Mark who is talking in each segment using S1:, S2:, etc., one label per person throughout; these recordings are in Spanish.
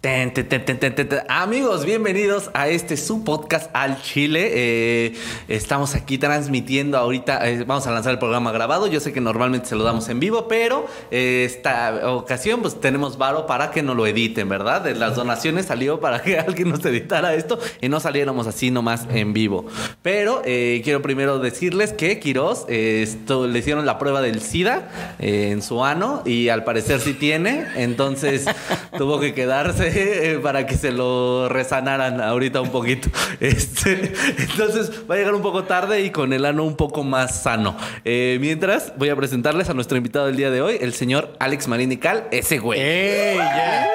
S1: Ten, ten, ten, Amigos, bienvenidos a este su podcast al Chile. Eh, estamos aquí transmitiendo ahorita. eh, vamos a lanzar el programa grabado. Yo sé que normalmente se lo damos en vivo, pero eh, esta ocasión pues tenemos varo para que no lo editen, ¿verdad? De las donaciones salió para que alguien nos editara esto y no saliéramos así nomás en vivo. Pero eh, quiero primero decirles que Quirós eh, esto- le hicieron la prueba del SIDA eh, en su ano y al parecer sí tiene. Entonces tuvo que quedarse eh, para que se lo resanaran ahorita un poquito. Este, entonces va a llegar un poco tarde y con el ano un poco más sano. Eh, mientras voy a presentarles a nuestro invitado del día de hoy, el señor Alex Marín y Cal, ese güey.
S2: ¡Ey, ya!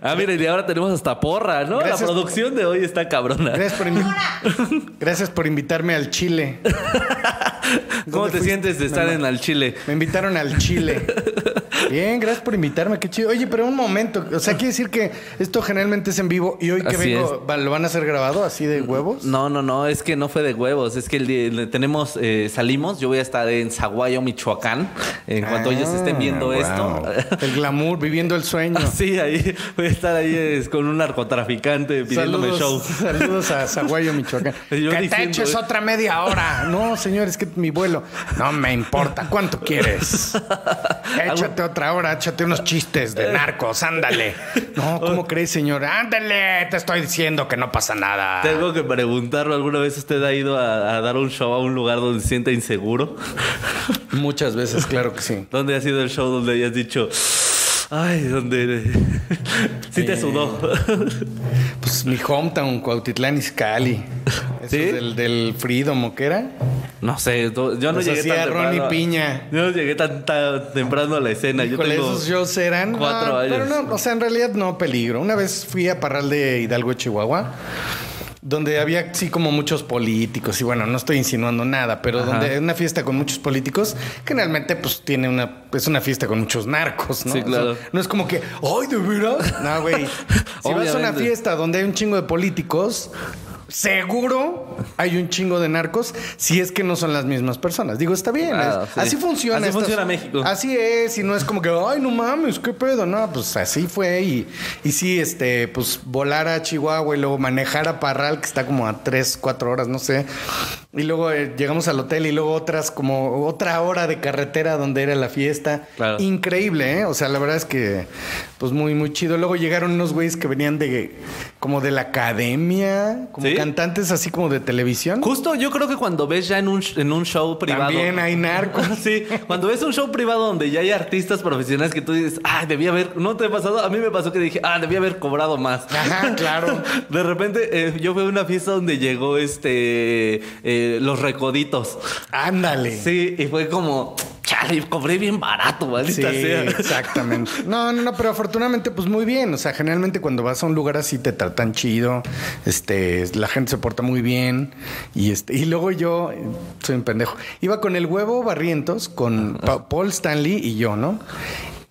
S1: Ah, miren, y ahora tenemos hasta porra, ¿no? La
S2: Gracias.
S1: producción de hoy está cabrona.
S2: Gracias por, invi- Gracias por invitarme al Chile.
S1: ¿Cómo
S2: ¿Dónde
S1: te
S2: fuiste?
S1: sientes de estar en el Chile?
S2: Me invitaron al Chile. Bien, gracias por invitarme, qué chido. Oye, pero un momento, o sea, quiere decir que esto generalmente es en vivo y hoy que
S1: Así
S2: vengo, ¿va- ¿lo van a hacer grabado así de huevos?
S1: No, no, no, es que no fue de huevos, es que el día- le tenemos, eh, salimos, yo voy a estar en Zaguayo, Michoacán, en cuanto
S2: Ah,
S1: ellos estén viendo
S3: wow.
S1: esto.
S2: El glamour, viviendo el sueño.
S1: Sí, ahí voy a estar ahí es, con un narcotraficante pidiéndome
S2: Saludos,
S1: show.
S2: saludos a Zaguayo, Michoacán.
S1: Yo
S2: que te
S1: diciendo,
S2: eches
S1: eh.
S2: otra media hora. No, señor, es que mi vuelo. No me importa. ¿Cuánto quieres? Échate otra hora, échate unos chistes de narcos, ándale. No, ¿cómo crees, señor? Ándale, te estoy diciendo que no pasa nada.
S1: Tengo que preguntarlo, ¿alguna vez usted ha ido a, a dar un show a un lugar donde se sienta inseguro?
S2: Muchas veces, claro que sí.
S1: ¿Dónde ha sido el show donde hayas dicho, ay, donde... sí te sudó?
S2: Pues mi hometown, Cuautitlán Izcalli. Eso
S1: ¿Sí?
S2: del, del Freedom, ¿o qué era?
S1: No sé, to- yo no
S2: Los
S1: llegué
S2: hacía
S1: tan
S2: Pues Ronnie
S1: temprano. a-
S2: Piña.
S1: Yo no llegué tan, tan temprano a la escena.
S2: Híjole,
S1: yo tengo
S2: esos shows eran.
S1: cuatro
S2: no,
S1: años.
S2: Pero no, o sea, en realidad no peligro. Una vez fui a Parral de Hidalgo, Chihuahua, donde había sí como muchos políticos. Y bueno, no estoy insinuando nada, pero donde es una fiesta con muchos políticos, generalmente pues tiene una. Es una fiesta con muchos narcos, ¿no?
S1: Sí, claro.
S2: O sea, no es como que, ¡ay, de veras! No, güey. Si vas a una
S1: Obviamente.
S2: fiesta donde hay un chingo de políticos. Seguro hay un chingo de narcos si es que no son las mismas personas. Digo, está bien.
S1: Ah,
S2: es-
S1: sí.
S2: Así funciona.
S1: Así
S2: estas-
S1: funciona México.
S2: Así es, y no es como que, ay, no mames, qué pedo. No, pues así fue. Y, y sí, este, pues volar a Chihuahua y luego manejar a Parral, que está como a tres, cuatro horas, no sé. Y luego eh, llegamos al hotel y luego otras, como otra hora de carretera donde era la fiesta.
S1: Claro.
S2: Increíble, ¿eh? O sea, la verdad es que, pues muy, muy chido. Luego llegaron unos güeyes que venían de, como de la academia, como
S1: ¿Sí?
S2: cantantes así como de televisión.
S1: Justo yo creo que cuando ves ya en un, sh- en un show privado.
S2: También hay narcos.
S1: Sí, cuando ves un show privado donde ya hay artistas profesionales que tú dices, ah, debía haber, no te ha pasado, a mí me pasó que dije, ah, debía haber cobrado más.
S2: Ajá, claro.
S1: De repente eh, yo fui a una fiesta donde llegó este, eh, los recoditos.
S2: Ándale.
S1: Sí, y fue como, chale, cobré bien barato, maldita
S2: Sí,
S1: sea.
S2: exactamente. No, no, no, pero afortunadamente, pues muy bien. O sea, generalmente cuando vas a un lugar así te tratan chido. Este, la gente se porta muy bien. Y este, y luego yo eh, soy un pendejo. Iba con el huevo Barrientos, con Pa- Paul Stanley y yo, ¿no?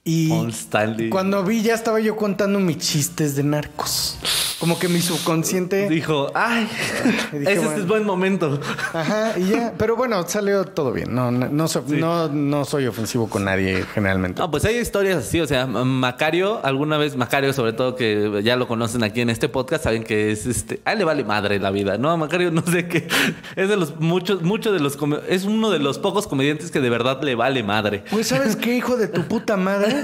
S2: Y
S1: Paul Stanley.
S2: cuando vi, ya estaba yo contando mis chistes de narcos. Como que mi subconsciente.
S1: Dijo, ay,
S2: Y dije,
S1: ese es
S2: bueno.
S1: buen momento.
S2: Ajá, y ya. Pero bueno, salió todo bien. No, no, no, so- no, no soy ofensivo con nadie generalmente.
S1: No, pues hay historias así, o sea, M- Macario, alguna vez, Macario sobre todo, que ya lo conocen aquí en este podcast, saben que es este, a él le vale madre la vida, ¿no? A Macario no sé qué, es de los muchos, muchos de los, come- es uno de los pocos comediantes que de verdad le vale madre.
S2: Pues sabes qué, hijo de tu puta madre,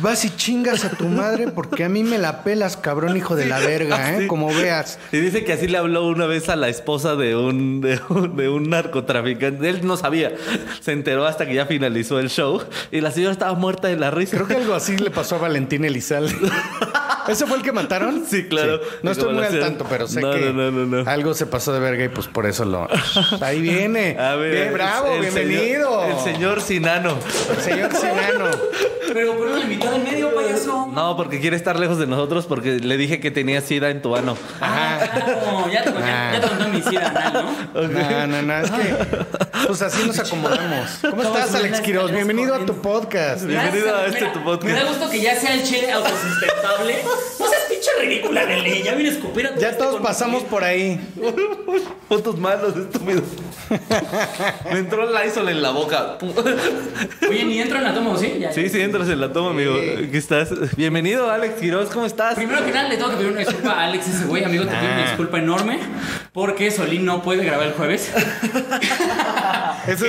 S2: vas y chingas a tu madre porque a mí me la pelas, cabrón, hijo de la verga, ¿eh?
S1: Sí.
S2: Como veas.
S1: Y dice que así le habló una vez a la esposa de un, de un, de un narcotraficante. Él no sabía. Se enteró hasta que ya finalizó el show. Y la señora estaba muerta de la risa.
S2: Creo que algo así le pasó a Valentín Elizalde. ¿Ese fue el que mataron?
S1: Sí, claro.
S2: No estoy
S1: Como
S2: muy
S1: la
S2: al
S1: señora-
S2: tanto, pero sé
S1: No,
S2: que
S1: no, no, no, no.
S2: algo se pasó de verga y pues por eso lo... Ahí viene.
S1: A ver,
S2: Bien,
S1: el-
S2: bravo,
S1: el
S2: bienvenido.
S1: señor- el señor Sinano.
S2: Señor Sinano.
S4: Pero ponlo el invitado en medio, payaso.
S1: No, porque quiere estar lejos de nosotros porque le dije que tenía sida en tu ano.
S2: Ajá.
S4: Ah, Claro, ya te, ya, ya te contó mi sida anal, ¿no?
S2: No, no, no, es que pues así nos acomodamos. ¿Cómo estás, Alex Quiroz? Bienvenido a tu podcast.
S1: Bienvenido a
S4: Gracias,
S1: este
S4: mira,
S1: tu podcast.
S4: Me da gusto que ya sea el chile autosustentable. No seas pinche ridícula de ley. Ya viene a escupir a tu
S2: Ya
S4: este
S2: todos
S4: con-
S2: pasamos por ahí.
S1: Fotos malos, estúpidos. Me entró el Lysol en la boca.
S4: Oye, ni entro en la toma, ¿o ¿sí? Ya.
S1: Sí, sí, entras en la toma, amigo. Aquí estás. Bienvenido, Alex Quiroz, ¿cómo estás?
S4: Primero que nada, le tengo que pedir una disculpa a Alex, ese güey, amigo, te pido una disculpa enorme porque Solín no puede grabar el jueves.
S2: Ese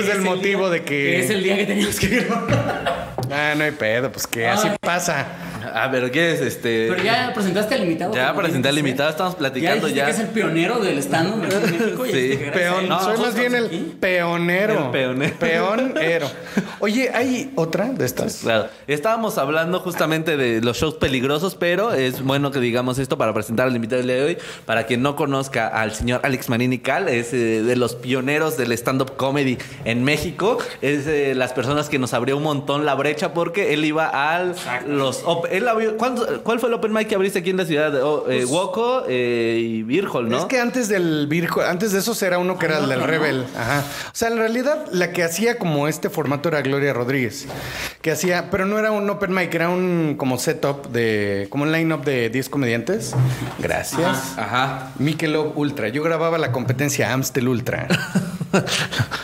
S2: es el motivo de que-
S4: Es el día que teníamos que grabar.
S2: Ah, no hay pedo, pues que así
S1: Ah.
S4: Ay.
S2: pasa.
S1: A ver, ¿qué es este?
S4: Pero ya presentaste al limitado.
S1: Ya
S4: como
S1: presenté al
S4: tienes que
S1: invitado, estamos
S4: ser. Ya
S1: platicando
S4: dijiste
S1: ya.
S4: que es el pionero del stand-up aquí en México.
S1: Sí.
S2: Peón,
S1: No,
S2: soy más
S1: nosotros
S2: bien el
S4: aquí.
S2: peonero.
S1: El peonero.
S2: Peonero. Oye, ¿hay otra de estas?
S1: Claro. Estábamos hablando justamente de los shows peligrosos, pero es bueno que digamos esto para presentar al invitado del día de hoy. Para quien no conozca al señor Alex Manini Cal, es eh, de los pioneros del stand-up comedy en México. Es de las personas que nos abrió un montón la brecha porque él iba al
S4: Exacto.
S1: los op- él abrió- ¿cuándo- ¿Cuál fue el open mic que abriste aquí en la ciudad? Oh, eh, Woco eh, y Virgol, ¿no?
S2: Pues
S1: Ah,
S2: Es que antes del Virgo, antes de esos era uno que era el del Rebel. Ajá. O sea, en realidad la que hacía como este formato era Gloria Rodríguez. Que hacía, pero no era un open mic, era un como setup de, como un line-up de 10 comediantes. Gracias.
S1: Ajá.
S2: Michelob Ultra. Yo grababa la competencia Amstel Ultra.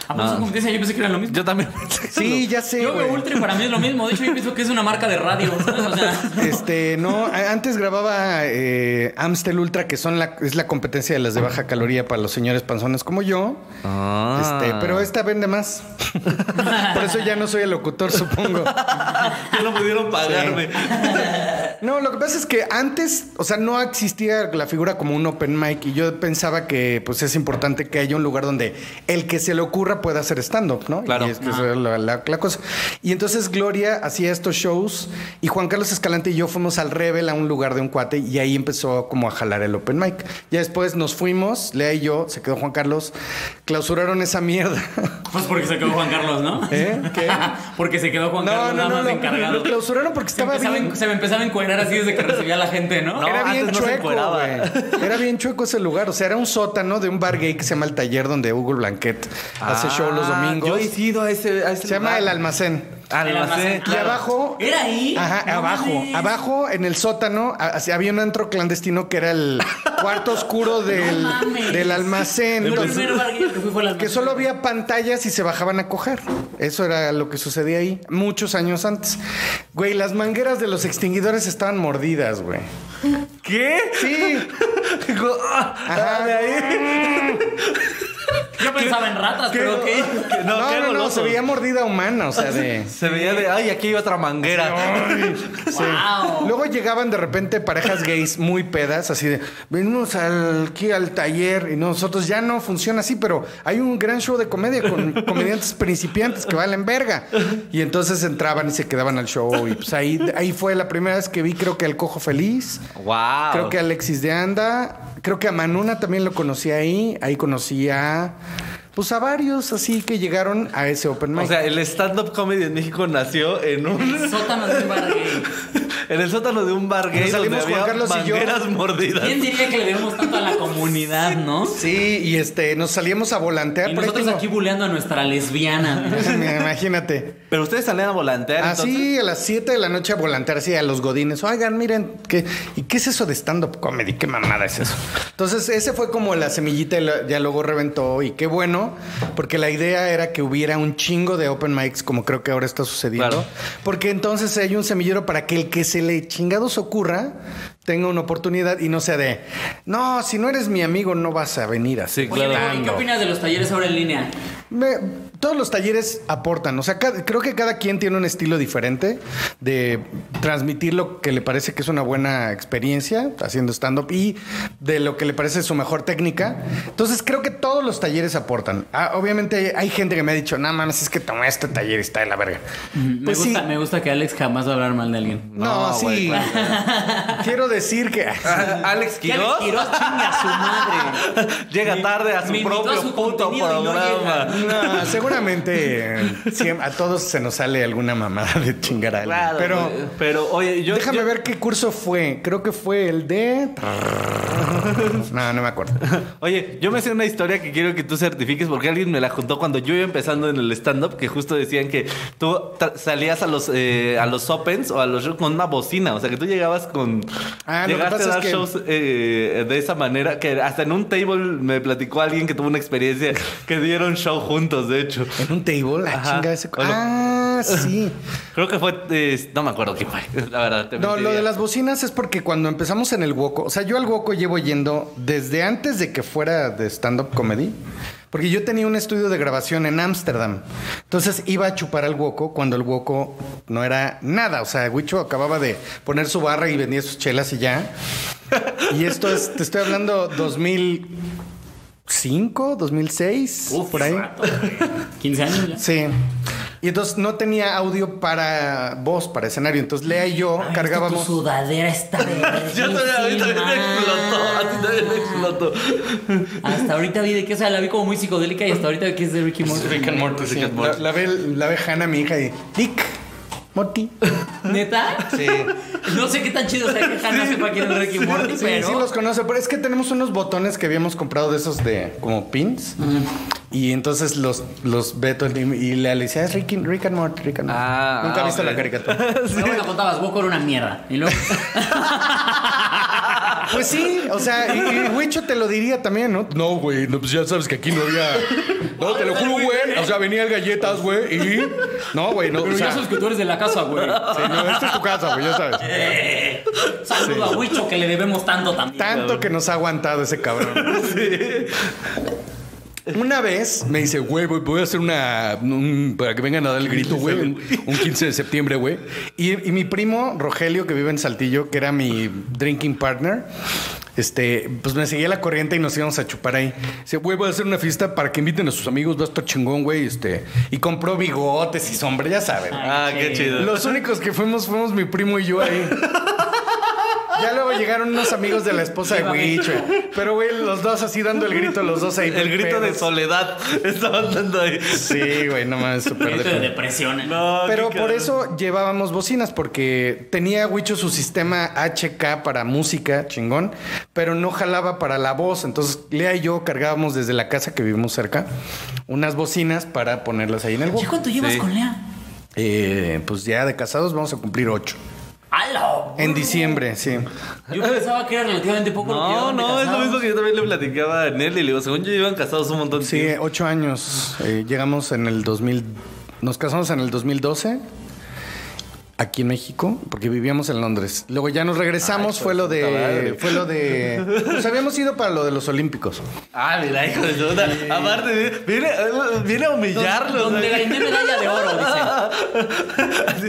S4: ¿A poco son competencia? Yo pensé que era lo mismo.
S1: Yo también pensé.
S2: Sí, ya sé.
S4: Yo veo
S2: güey.
S4: Ultra y para mí es lo mismo. De hecho, yo pienso que es una marca de radio. ¿sabes? O sea,
S2: Este, no, a- antes grababa eh, Amstel Ultra, que son la, es la competencia de las de baja caloría para los señores panzones como yo.
S1: Ah.
S2: Este, pero esta vende más. Por eso ya no soy el locutor, supongo.
S1: Ya no pudieron pagarme.
S2: No, lo que pasa es que antes, o sea, no existía la figura como un open mic y yo pensaba que pues es importante que haya un lugar donde el que se le ocurra pueda hacer stand-up, ¿no?
S1: Claro.
S2: Y es que esa es la, la- la cosa. Y entonces Gloria hacía estos shows y Juan Carlos Escalante y yo fuimos al Rebel a un lugar de un cuate y ahí empezó como a jalar el open mic. Ya después nos fuimos, Lea y yo, se quedó Juan Carlos, clausuraron esa mierda.
S4: pues porque se quedó Juan Carlos, ¿no?
S2: ¿Eh? ¿Qué?
S4: Porque se quedó Juan
S2: No,
S4: Carlos
S2: no,
S4: nada
S2: no,
S4: más de
S2: no.
S4: encargado.
S2: Lo clausuraron porque
S4: Se
S2: estaba
S4: empezaba
S2: bien.
S4: en- se me empezaba a encuadrar así desde que recibía a la gente, ¿no?
S1: No,
S2: era bien
S1: antes no se
S2: chueco,
S1: encueraba.
S2: güey. Era bien chueco ese lugar. O sea, era un sótano de un bar gay que se llama El Taller, donde Hugo Blanquet hace show los domingos.
S1: Ah, Yo he ido a ese, a ese
S2: Se llama
S1: lugar.
S2: El Almacén.
S1: Almacén.
S4: almacén.
S2: Y abajo...
S4: ¿Era ahí?
S2: Ajá,
S4: No
S2: abajo.
S4: mames.
S2: Abajo, en el sótano, a- así había un antro clandestino que era el cuarto oscuro del,
S4: No mames.
S2: del almacén.
S4: Yo el
S2: Entonces,
S4: primer bar que fui fue al
S2: que solo había pantallas y se bajaban a coger. Eso era lo que sucedía ahí muchos años antes. Güey, las mangueras de los extinguidores estaban mordidas, güey.
S1: ¿Qué?
S2: Sí,
S1: Ajá,
S2: "Ah, Ajá.
S1: de ahí.
S4: Yo pensaba en ratas, pero ok.
S1: Que
S2: No,
S1: qué
S2: no, no,
S1: goloso.
S2: se veía mordida humana, o sea, de...
S1: Se veía de, ay, aquí hay otra manguera.
S2: Sí.
S4: Wow.
S2: Luego llegaban de repente parejas gays muy pedas, así de, venimos al, aquí al taller y nosotros ya no funciona así, pero hay un gran show de comedia con comediantes principiantes que valen verga. Y entonces entraban y se quedaban al show y pues ahí, ahí fue la primera vez que vi creo que al Cojo Feliz.
S1: Wow.
S2: Creo que a Alexis de Anda, creo que a Manuna también lo conocí ahí, ahí conocí a pues a varios así que llegaron a ese open mic.
S1: o sea, el stand-up comedy en México nació en un.
S4: Sótano de un bar gay.
S1: en el sótano de un bar gay
S2: Nos
S1: donde
S2: salimos Juan
S1: había
S2: Carlos y yo.
S1: mangueras mordidas.
S4: ¿Quién diría que le debemos tanto a la comunidad, no?
S2: Sí, y este, nos salíamos a volantear.
S4: Y
S2: por ahí
S4: nosotros
S2: tengo-
S4: aquí buleando a nuestra lesbiana.
S2: Imagínate.
S1: Pero ustedes salían a volantear. entonces-
S2: Así a las 7 de la noche a volantear así a los godines. Oigan, miren, ¿qué, ¿y qué es eso de stand-up comedy? ¿Qué mamada es eso? Entonces, ese fue como la semillita y la- ya luego reventó. Y qué bueno, porque la idea era que hubiera un chingo de open mics, como creo que ahora está sucediendo.
S1: Claro.
S2: Porque entonces hay un semillero para que el que se le chingados ocurra tenga una oportunidad y no sea de, no, si no eres mi amigo, no vas a venir así.
S1: Sí,
S4: Oye,
S1: claro.
S4: amigo, ¿y ¿qué opinas de los talleres ahora en línea?
S2: Me- todos los talleres aportan, o sea, ca- creo que cada quien tiene un estilo diferente de transmitir lo que le parece que es una buena experiencia haciendo stand-up y de lo que le parece su mejor técnica. Entonces creo que todos los talleres aportan. Ah, obviamente hay, hay gente que me ha dicho, no mames, es que tomé este taller y está de la verga.
S1: Mm,
S4: Me,
S2: Pues sí.
S4: gusta, me gusta que Alex jamás va a hablar mal de alguien.
S2: No,
S1: No,
S2: sí.
S1: güey,
S2: Quiero decir que...
S1: Ah, Alex
S4: Ya le
S1: Quiroz
S4: chinga a su madre.
S1: llega tarde a su
S4: Me invitó
S1: propio
S4: su
S1: puto
S4: contenido y no
S1: programa.
S4: llega.
S2: No, seguramente eh, siem- a todos se nos sale alguna mamada de chingar a alguien.
S1: Claro,
S2: pero
S1: güey. pero oye, yo
S2: déjame
S1: yo-
S2: ver qué curso fue. Creo que fue el de. No, no me acuerdo.
S1: Oye, yo me sé una historia que quiero que tú certifiques porque alguien me la contó cuando yo iba empezando en el stand-up, que justo decían que tú tra- salías a los eh, a los opens o a los shows con una bocina, o sea que tú llegabas con
S2: Ah, lo que
S1: llegaste a
S2: pasa es
S1: dar
S2: que-
S1: shows eh, de esa manera que hasta en un table me platicó alguien que tuvo una experiencia que dieron show juntos, de hecho.
S2: En un table. Ah,
S1: Ajá.
S2: chinga ese.
S1: O lo-
S2: Ah, sí.
S1: Creo que fue, eh, no me acuerdo quién fue, la verdad. te
S2: No, lo
S1: mentiría.
S2: de las bocinas es porque cuando empezamos en el Woco, o sea, yo al Woco llevo yendo desde antes de que fuera de stand-up comedy, porque yo tenía un estudio de grabación en Ámsterdam. Entonces iba a chupar al Woco cuando el Woco no era nada. O sea, Huicho acababa de poner su barra y vendía sus chelas y ya. Y esto es, te estoy hablando 2005, 2006,
S4: Uf,
S2: por ahí.
S4: rato, güey. 15 años ya.
S2: Sí. Y entonces no tenía audio para voz, para escenario. Entonces Lea y yo
S3: Ay, Ah, es que
S2: cargábamos.
S3: Tu sudadera está
S1: Yo todavía, a mí también me explotó,
S3: verguísima.
S1: a ti también me explotó.
S3: Hasta ahorita vi de que, o sea, la vi como muy psicodélica y hasta ahorita vi que es de Ricky Morty.
S2: Sí, la, la ve, la ve Hannah, mi hija, y Dick, Morty.
S3: ¿Neta?
S2: Sí.
S3: No sé qué tan chido sea que Hannah sepa quién es Ricky Morty,
S2: Sí,
S3: pero.
S2: sí los conoce, pero es que tenemos unos botones que habíamos comprado de esos de como pins. Y entonces los, los ve todo el tiempo y le le decía, es Rick, Rick and Morty, Rick and Morty.
S1: Ah,
S2: Nunca he
S1: ah,
S2: visto
S1: ok.
S2: la caricatura.
S3: Pero bueno, contabas, Boco era una mierda. Y luego.
S2: Pues sí, o sea, y, y Huicho te lo diría también, ¿no?
S5: No, güey, no, pues ya sabes que aquí no había. No, te lo juro, güey. O sea, venía el galletas, güey, y.
S2: No, güey, no.
S4: Pero
S2: o
S4: ya
S2: sea,
S4: sabes que tú eres de la casa, güey.
S2: sí, no, esta es tu casa, güey, ya sabes.
S3: Saludo a Huicho que le debemos tanto también.
S2: Tanto que nos ha aguantado ese cabrón. Una vez
S5: Me dice, güey, voy, voy a hacer una. un- para que vengan a dar el grito, güey. Un, un 15 de septiembre, güey.
S2: Y, y mi primo Rogelio, que vive en Saltillo, que era mi drinking partner, este, pues me seguía la corriente y nos íbamos a chupar ahí.
S5: Dice, güey, voy a hacer una fiesta para que inviten a sus amigos, va a estar chingón, güey. Este.
S2: Y compró bigotes y sombrero, ya saben.
S1: Ah, qué chido.
S2: Los únicos que fuimos fuimos mi primo y yo ahí. Ya luego llegaron unos amigos de la esposa de Huicho. Pero, güey, los dos así dando el grito, los dos ahí.
S1: El grito de
S2: pedos.
S1: soledad estaban dando ahí.
S2: Sí, güey, no mames, súper
S3: Esto de
S2: de
S3: depresión. eh.
S1: No,
S2: Pero
S1: qué
S2: por
S1: cabrón.
S2: eso llevábamos bocinas, porque tenía Huicho su sistema HK para música, chingón, pero no jalaba para la voz. Entonces, Lea y yo cargábamos desde la casa que vivimos cerca unas bocinas para ponerlas ahí en el
S3: ¿Ya
S2: box.
S3: cuánto llevas
S1: Sí.
S3: con Lea?
S2: Eh, pues ya de casados vamos a cumplir ocho.
S3: ¡Hala!
S2: En diciembre, sí.
S3: Yo pensaba que era relativamente poco lo que
S1: No,
S3: llevaban de
S1: no, es lo
S3: casados.
S1: mismo que yo también le platicaba a Nelly. Le digo, según yo, iban casados un montón de
S2: Sí,
S1: tiempo.
S2: ocho años. Eh, llegamos en el 2000. Nos casamos en el 2012. Aquí en México, porque vivíamos en Londres. Luego ya nos regresamos, fue lo de. Fue lo de. Nos habíamos ido para lo de los Olímpicos.
S1: Ah, mira, hijo de puta. Aparte, viene, viene a humillarlos.
S3: Donde
S1: güey.
S3: gané medalla de oro, dice.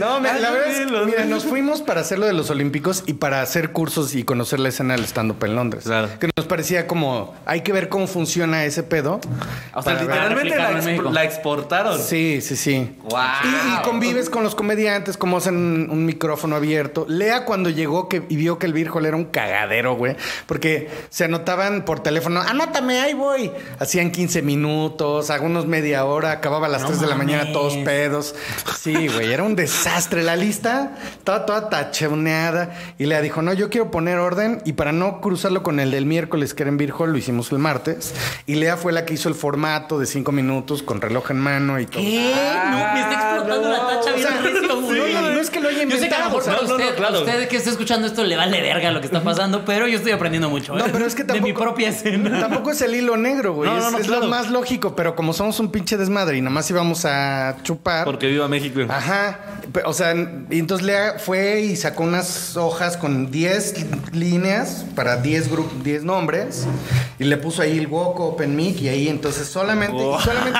S2: No, me-
S1: Ay,
S2: la verdad es que,
S1: mírenlos.
S2: mira, nos fuimos para hacer lo de los Olímpicos y para hacer cursos y conocer la escena del stand-up en Londres.
S1: Claro.
S2: Que nos parecía como, hay que ver cómo funciona ese pedo.
S1: O sea,
S2: para ver-
S1: literalmente la,
S4: replicarlo en
S1: exp-
S4: México.
S1: la exportaron.
S2: Sí, sí, sí.
S1: Wow.
S2: Y, y convives con los comediantes, como hacen un, un micrófono abierto. Lea cuando llegó que, y vio que el Virgol era un cagadero, güey. Porque se anotaban por teléfono, anótame, ahí voy. Hacían 15 minutos, algunos media hora, acababa a las 3 de la mañana
S3: mames.
S2: todos pedos. Sí, güey, era un desastre. La lista estaba toda tachoneada. Y Lea dijo, no, yo quiero poner orden. Y para no cruzarlo con el del miércoles, que era en Virgol, lo hicimos el martes. Y Lea fue la que hizo el formato de 5 minutos con reloj en mano y todo.
S3: ¿Qué? No, me está
S4: Ah,
S3: explotando la tacha bien
S2: O sea,
S3: recio,
S2: no,
S3: güey.
S2: no, no es que lo haya
S3: Yo sé que a lo
S2: inventado,
S3: mejor
S2: o sea,
S3: para
S1: no, no, no,
S3: usted,
S1: claro.
S3: a usted que está escuchando esto le vale verga lo que está pasando, pero yo estoy aprendiendo mucho.
S2: No,
S3: ¿eh?
S2: pero es que tampoco-
S3: De mi propia escena.
S2: Tampoco es el hilo negro, güey.
S1: No, no,
S2: es
S1: no,
S2: es lo
S1: claro.
S2: más lógico, pero como somos un pinche desmadre y nomás íbamos a chupar.
S1: Porque viva México.
S2: Ah, Ajá. Pe- O sea, y entonces Lea fue y sacó unas hojas con 10 líneas para 10 grupos, 10 nombres y le puso ahí el Woco, Open Mic y ahí entonces solamente, y solamente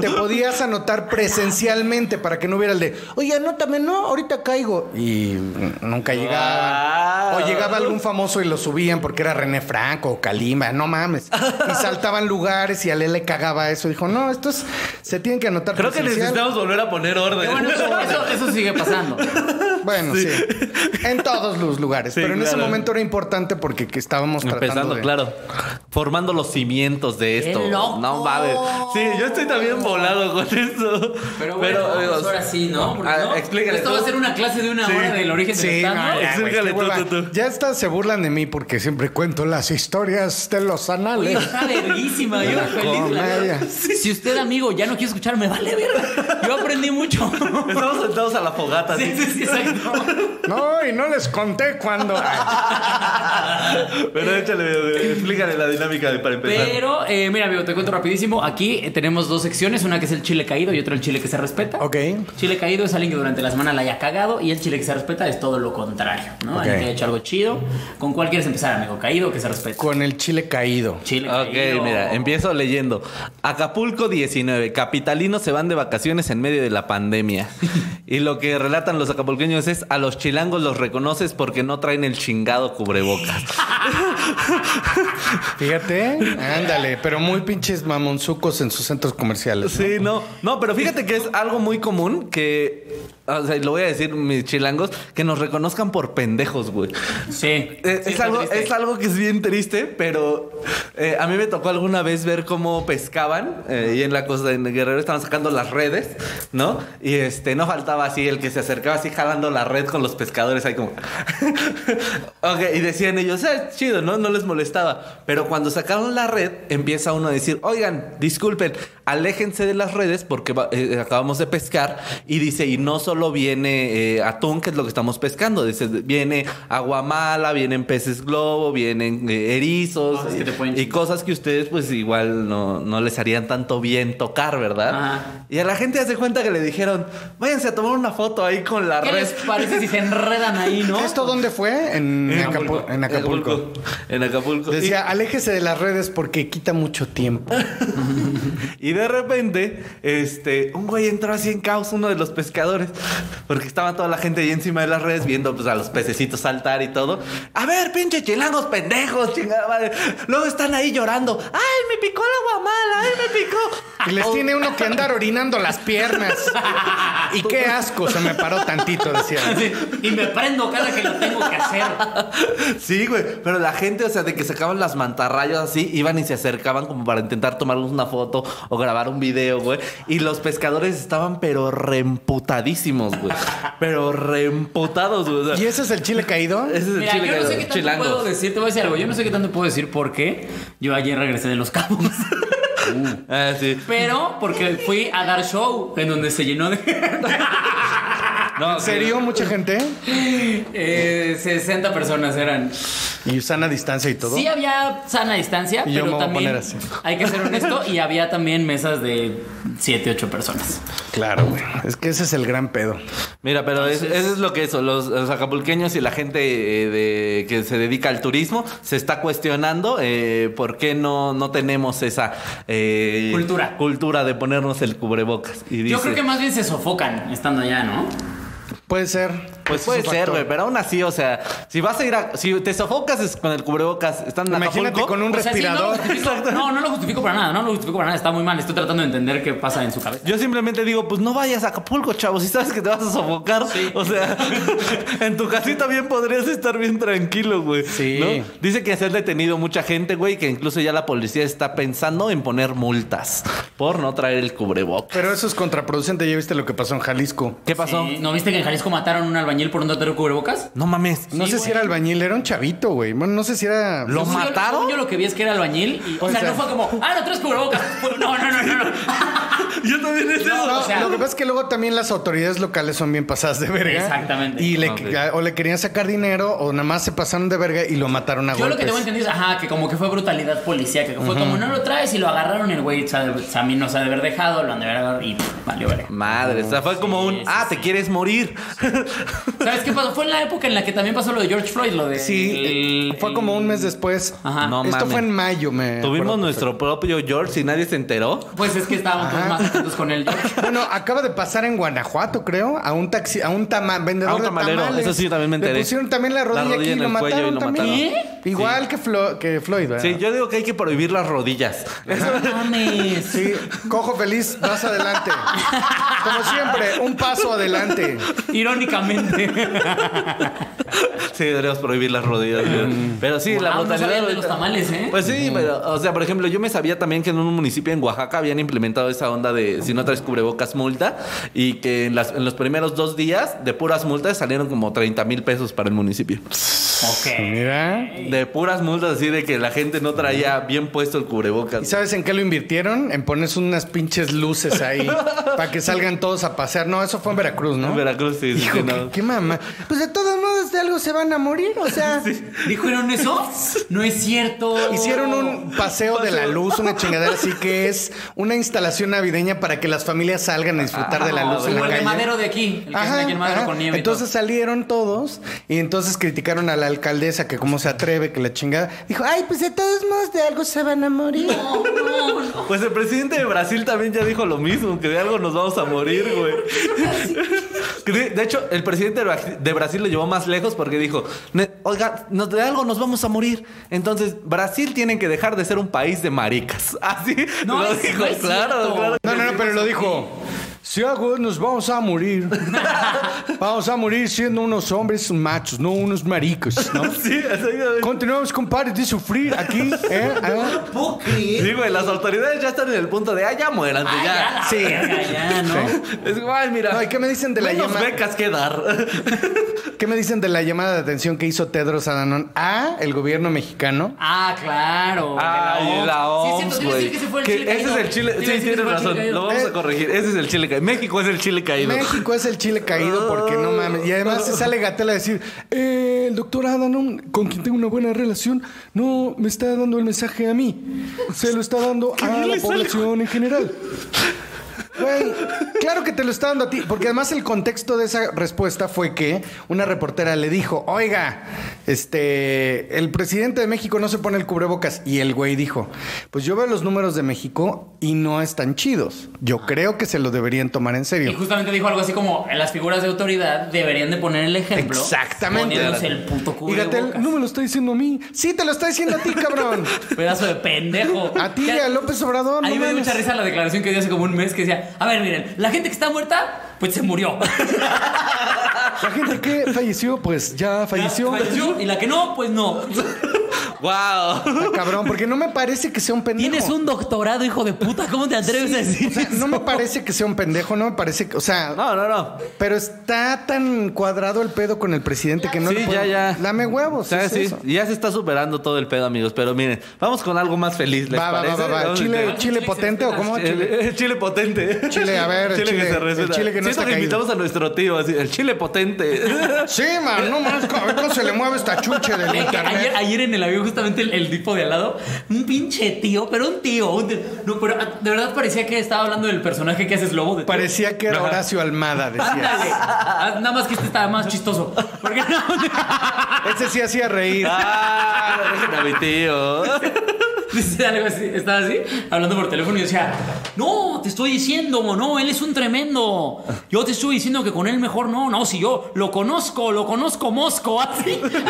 S2: te podías anotar presencialmente para que no hubiera el de, oye, anótame, no, ahorita caigo. Y mm, nunca llegaba.
S1: Wow.
S2: O llegaba algún famoso y lo subían porque era René Franco o Kalimba, no mames. Y saltaban lugares y a Lea le cagaba eso. Dijo, no, estos se tienen que anotar
S1: Creo que
S2: presencial".
S1: necesitamos volver a poner orden.
S3: Pero bueno, eso, eso- eso sigue pasando.
S2: Bueno, sí. En todos los lugares.
S1: Sí,
S2: Pero en ese
S1: claro.
S2: momento era importante porque que estábamos tratando
S1: Empezando,
S2: de...
S1: claro, formando los cimientos de esto.
S6: loco!
S1: No mames. Sí, yo estoy también volado con eso.
S3: Pero bueno,
S1: digo,
S3: pues ahora sí, ¿no? Porque,
S1: Ah,
S3: ¿no?
S1: explícale
S3: Esto va a
S1: tú.
S3: ser una clase de una
S1: Sí.
S3: hora del origen
S2: Sí,
S3: del
S2: no,
S3: tango.
S2: ya, güey, qué
S1: Explícale tú,
S2: hueva.
S1: tú, tú.
S2: Ya estas se burlan de mí porque siempre cuento las historias de los
S6: Oye,
S2: anales.
S6: está verguísima. Yo feliz. la
S2: comedia.
S6: verdad. Si usted, amigo, ya no quiere escuchar, me vale verga. Yo aprendí mucho.
S1: Estamos sentados a la fogata.
S6: Sí,
S1: así.
S6: sí, sí, exacto.
S2: No, y no les conté cuando.
S1: Pero échale, explícale la dinámica de- para empezar.
S3: Pero, eh, mira, amigo, te cuento rapidísimo. Aquí eh, tenemos dos secciones, una que es el chile caído y otra el chile que se respeta.
S2: Ok.
S3: Chile caído es alguien que durante la semana la haya cagado y el chile que se respeta es todo lo contrario, ¿no?
S2: Ok.
S3: Alguien que haya hecho algo chido. ¿Con cuál quieres empezar, amigo? ¿Caído o que se respeta?
S2: Con el chile caído.
S3: Chile
S1: Ok,
S3: caído.
S1: mira, empiezo leyendo. Acapulco 19. Capitalinos se van de vacaciones en medio de la pandemia. y lo que relatan los acapulqueños es: a los chilangos los reconoces porque no traen el chingado cubrebocas.
S2: Fíjate. Ándale, pero muy pinches mamonzucos en sus centros comerciales.
S1: Sí, no. No, pero fíjate que es algo muy común que. O sea, lo voy a decir mis chilangos, que nos reconozcan por pendejos, güey.
S3: Sí.
S1: Eh, es,
S3: Sí, está
S1: algo,
S3: triste.
S1: es algo que es bien triste, pero eh, a mí me tocó alguna vez ver cómo pescaban eh, y en la costa de Guerrero estaban sacando las redes, ¿no? Y este, no faltaba así el que se acercaba así jalando la red con los pescadores, ahí como. ok, y decían ellos, "Eh, chido, ¿no? No les molestaba. Pero cuando sacaron la red, empieza uno a decir, oigan, disculpen, aléjense de las redes porque va- eh, acabamos de pescar. Y dice, y no solo viene eh, atún, que es lo que estamos pescando. Dice, viene aguamala, vienen peces globo, vienen eh, erizos
S3: Cosas
S1: y,
S3: que te pueden
S1: y
S3: chingar.
S1: cosas que ustedes pues igual no, no les harían tanto bien tocar, ¿verdad?
S3: Ajá.
S1: Y a la gente hace cuenta que le dijeron, váyanse a tomar una foto ahí con la
S6: ¿Qué
S1: red.
S6: les parece si se enredan ahí, no?
S2: ¿Esto dónde fue? En, Acapulco. En Acapulco.
S1: En Acapulco.
S2: Decía, aléjese de las redes porque quita mucho tiempo.
S1: Y de repente, este, un güey entró así en caos, uno de los pescadores, porque estaba toda la gente ahí encima de las redes viendo pues, a los pececitos saltar y todo. A ver, pinche chilangos pendejos, chingada madre. Luego están ahí llorando. ¡Ay, me picó la guamala! ¡Ay, me picó!
S2: Y les tiene uno que andar orinando las piernas. Y qué asco, se me paró tantito, decía.
S6: Y me prendo cada que lo tengo que hacer.
S1: Sí, güey. Pero la gente, o sea, de que sacaban las mantarrayas así, iban y se acercaban como para intentar tomarnos una foto o grabar un video, güey. Y los pescadores estaban, pero reemputadísimos, güey. Pero reemputados, güey. O sea,
S2: ¿Y ese es el chile caído?
S1: Ese es el
S3: Mira,
S1: chile
S3: yo no
S1: que-
S3: sé qué tanto
S1: chilango.
S3: puedo decir, te voy a decir algo. Yo no sé qué tanto puedo decir porque yo ayer regresé de los cabos.
S2: Uh.
S1: Ah, sí.
S3: Pero porque fui a dar show en donde se llenó de
S1: No,
S2: ¿En serio? ¿Mucha gente?
S3: eh, 60 personas eran.
S2: ¿Y usan a distancia y todo?
S3: Sí había sana distancia,
S2: Y yo
S3: pero
S2: me voy a
S3: también
S2: poner así.
S3: hay que ser honesto y había también mesas de 7, 8 personas.
S2: Claro, güey. Es que ese es el gran pedo.
S1: Mira, pero es- eso es lo que eso, los, los acapulqueños y la gente eh, de, que se dedica al turismo se está cuestionando eh, por qué no, no tenemos esa eh,
S3: Cultura.
S1: cultura de ponernos el cubrebocas. Y
S3: Yo
S1: dice,
S3: creo que más bien se sofocan estando allá, ¿no?
S2: Puede ser.
S1: Pues
S2: Ese
S1: puede
S2: es un
S1: ser,
S2: factor.
S1: güey, pero aún así, o sea, si vas a ir a... Si te sofocas es- con el cubrebocas, están en
S2: Imagínate
S1: Acapulco,
S2: con un
S3: O sea, sí, no lo
S2: respirador.
S3: justifico- no, no lo justifico para nada, no lo justifico para nada, está muy mal, estoy tratando de entender qué pasa en su cabeza.
S1: Yo simplemente digo, pues no vayas a Acapulco, chavos, si sabes que te vas a sofocar. O sea, en tu casita bien podrías estar bien tranquilo, güey.
S2: Sí.
S1: ¿no? Dice que se ha detenido mucha gente, güey, que incluso ya la policía está pensando en poner multas por no traer el cubreboca.
S2: Pero eso es contraproducente. Ya viste lo que pasó en Jalisco.
S1: ¿Qué pasó?
S3: Sí, ¿No viste que en Jalisco mataron a un albañil por no traer cubrebocas?
S1: No mames.
S2: No sé si era albañil, era un chavito, güey. Bueno, no sé si era.
S1: Lo
S3: Según yo-
S1: mataron.
S3: según Yo, lo que vi es que era albañil. y- o
S2: Puede
S3: sea,
S2: ser.
S3: no fue como, ah, no traes cubrebocas. Fue, no, no, no, no. no.
S1: Yo también es
S3: No,
S2: No,
S3: o sea,
S2: lo que pasa es que luego también las autoridades locales son bien pasadas de verga.
S3: Exactamente.
S2: Y le,
S1: Ok.
S2: o le querían sacar dinero o nada más se pasaron de verga y lo mataron a
S3: Yo lo
S2: golpes.
S3: que tengo entendido es, ajá, que como que fue brutalidad policía, que fue como, no lo traes y lo agarraron el güey. O sea, de- o sea, a mí no se ha de haber dejado, lo han de haber agarrado y pff, valió verga.
S1: Madre, o sea, fue como un,
S3: sí,
S1: ah, te quieres morir.
S3: ¿Sabes qué pasó? Fue en la época en la que también pasó lo de George Floyd, lo de.
S2: Sí, eh,
S3: el-
S2: fue como un mes después.
S3: Ajá.
S1: Ah, No
S2: Esto
S1: mames.
S2: fue en mayo, me.
S1: Tuvimos
S2: acuerdo. pues,
S1: nuestro propio George y nadie se enteró.
S3: Pues es que estábamos todos
S2: Ajá.
S3: más
S4: juntos con el George.
S2: Bueno, acaba de pasar en Guanajuato, creo, a un taxi, a un tama- vendedor
S1: A un tamalero,
S2: de tamales.
S1: eso sí, yo también me enteré.
S2: Le pusieron también la
S1: La
S2: rodilla,
S1: rodilla
S2: aquí y
S1: en
S2: lo
S1: el cuello
S2: mataron
S1: y lo
S2: también. ¿Eh?
S1: mataron. ¿Sí?
S2: Igual que, Flo- que Floyd, ¿verdad?
S1: Sí, yo digo que hay que prohibir las rodillas.
S3: No mames.
S2: Sí, cojo feliz, vas adelante. Como siempre, un paso adelante.
S3: Irónicamente.
S1: Sí, deberíamos prohibir las rodillas. pero-
S2: Mm.
S1: Pero sí, la
S3: Wow, no
S1: brutalidad.
S3: sabía de los tamales, ¿eh?
S1: Pues sí, pero, o sea, por ejemplo, yo me sabía también que en un municipio en Oaxaca habían implementado esa onda de si no traes cubrebocas, multa. Y que en, las- en los primeros dos días de puras multas salieron como 30 mil pesos para el municipio.
S4: Ok.
S2: Mira.
S1: De puras multas, así de que la gente no traía bien puesto el
S2: ¿Y
S1: cubrebocas.
S2: sabes en qué lo invirtieron? En ponerse unas pinches luces ahí para que salgan todos a pasear. No, eso fue en Veracruz, ¿no?
S1: En Veracruz, sí, sí,
S2: Hijo,
S1: sí,
S2: ¿qué-
S1: no.
S2: qué, mamá. Pues de todos modos de algo se van a morir, o sea.
S4: ¿Dijeron eso? No es cierto.
S2: Hicieron un Oh, paseo de la luz, una chingadera así que es una instalación navideña para que las familias salgan a disfrutar de la luz en
S4: Como
S2: la
S4: el de
S2: calle.
S4: madero de aquí. El que
S2: Ajá,
S4: es aquí en madero
S2: ajá.
S4: con nieve. y todo.
S2: Entonces salieron todos y entonces criticaron a la alcaldesa que cómo se atreve, que la chingada. Dijo, ay, pues de todos modos de algo se van a morir.
S1: Pues el presidente de Brasil también ya dijo lo mismo, que de algo nos vamos a morir, güey. Que De, de hecho, el presidente de Bra- de Brasil lo llevó más lejos porque dijo, "Ne- oiga, nos- de algo nos vamos a morir. Entonces, Brasil tiene que dejar de ser un país de maricas. Así
S4: No,
S1: lo
S4: es-
S1: dijo,
S4: no es
S1: claro,
S4: cierto.
S1: claro.
S2: No, no, no, pero lo dijo. Si hago, nos vamos a morir. Vamos a morir siendo unos hombres machos, no unos maricos, ¿no?
S1: Sí, exactamente.
S2: Continuamos, compadre, de sufrir aquí, ¿eh? ¿Ah?
S1: Sí, güey, las autoridades ya están en el punto de, ah, ya mueran,
S4: Ah, ya,
S1: ya.
S4: la
S2: Sí.
S4: verga, ya, ¿no?
S1: Es igual, mira.
S2: No, ¿y qué me dicen de la
S1: menos
S2: yema?
S1: becas que dar.
S2: ¿Qué me dicen de la llamada de atención que hizo Tedros Adhanom a el gobierno mexicano?
S4: Ah, claro.
S1: Ay,
S4: de
S1: la
S4: Sí,
S1: OMS,
S4: es cierto, te iba a
S1: güey.
S4: decir que se fue el
S1: Que
S4: chile
S1: Ese es
S4: caído.
S1: el chile.
S4: Te iba a
S1: Sí,
S4: decir que
S1: tienes
S4: fue el chile
S1: razón.
S4: caído.
S1: Lo vamos
S2: Eh.
S1: a corregir. Ese es el chile caído. México es el chile caído.
S2: México es el chile caído porque no mames. Y además se sale Gatela a decir, "Eh, el doctor Adhanom, con quien tengo una buena relación, no me está dando el mensaje a mí. Se lo está dando a la población en general. Güey, claro que te lo está dando a ti, porque además el contexto de esa respuesta fue que una reportera le dijo, oiga, este, el presidente de México no se pone el cubrebocas. Y el güey dijo, pues yo veo los números de México y no están chidos. Yo creo que se lo deberían tomar en serio.
S4: Y justamente dijo algo así como las figuras de autoridad deberían de poner el ejemplo.
S2: Exactamente.
S4: Poniéndose el puto
S2: Y Gatel,
S4: cubrebocas.
S2: no me lo está diciendo a mí. Sí, te lo está diciendo a ti, cabrón.
S4: Pedazo de pendejo.
S2: A ti,
S4: Ya-
S2: a López Obrador.
S4: A mí
S2: no
S4: me dio
S2: mames.
S4: mucha risa la declaración que dio hace como un mes que decía, a ver, miren, la gente que está muerta, pues se murió.
S2: La gente que falleció, pues ya falleció.
S4: Falleció, y la que no, pues no.
S1: Wow.
S2: Ah, Cabrón, porque no me parece que sea un pendejo.
S3: Tienes un doctorado, hijo de puta. ¿Cómo te atreves a decir
S2: O sea,
S3: eso?
S2: no me parece que sea un pendejo, no me parece que, o sea,
S1: No, no, no.
S2: pero está tan cuadrado el pedo con el presidente que no
S1: Sí,
S2: le
S1: ya,
S2: puedo-
S1: ya.
S2: Lame
S1: O
S2: huevos.
S1: sea,
S2: es
S1: sí,
S2: eso.
S1: ya se está superando todo el pedo, amigos. Pero miren, vamos con algo más feliz. ¿les
S2: Va, va, va,
S1: parece?
S2: va, va.
S1: Vamos a
S2: Chile,
S1: intentar-
S2: chile potente o cómo?
S1: El,
S2: Chile.
S1: el chile potente.
S2: Chile, a ver, el
S1: que
S2: chile-
S1: se
S2: el
S1: respeta.
S2: chile que no
S1: Siento
S2: está caído.
S1: invitamos a nuestro tío, así, el chile potente.
S2: Sí, man, no más, a ver cómo se le mueve esta chuche del
S4: Ve que Ayer,
S2: internet.
S4: ayer en el avión, justamente el, el tipo de al lado, un pinche tío, pero un tío. un tío. no, pero ah, de verdad parecía que estaba hablando del personaje que haces lobo de
S2: Parecía que era Horacio Almada, decía.
S4: Ándale. Ah, Nada más que este estaba más chistoso. Porque no,
S2: Ese sí hacía reír.
S1: ah, dejen a mi tío.
S4: Dice algo así, estaba así, hablando por teléfono y decía, no, te estoy diciendo, no, él es un tremendo. Yo te estoy diciendo que con él mejor no, no, si yo lo conozco, lo conozco Mosco, así, así, así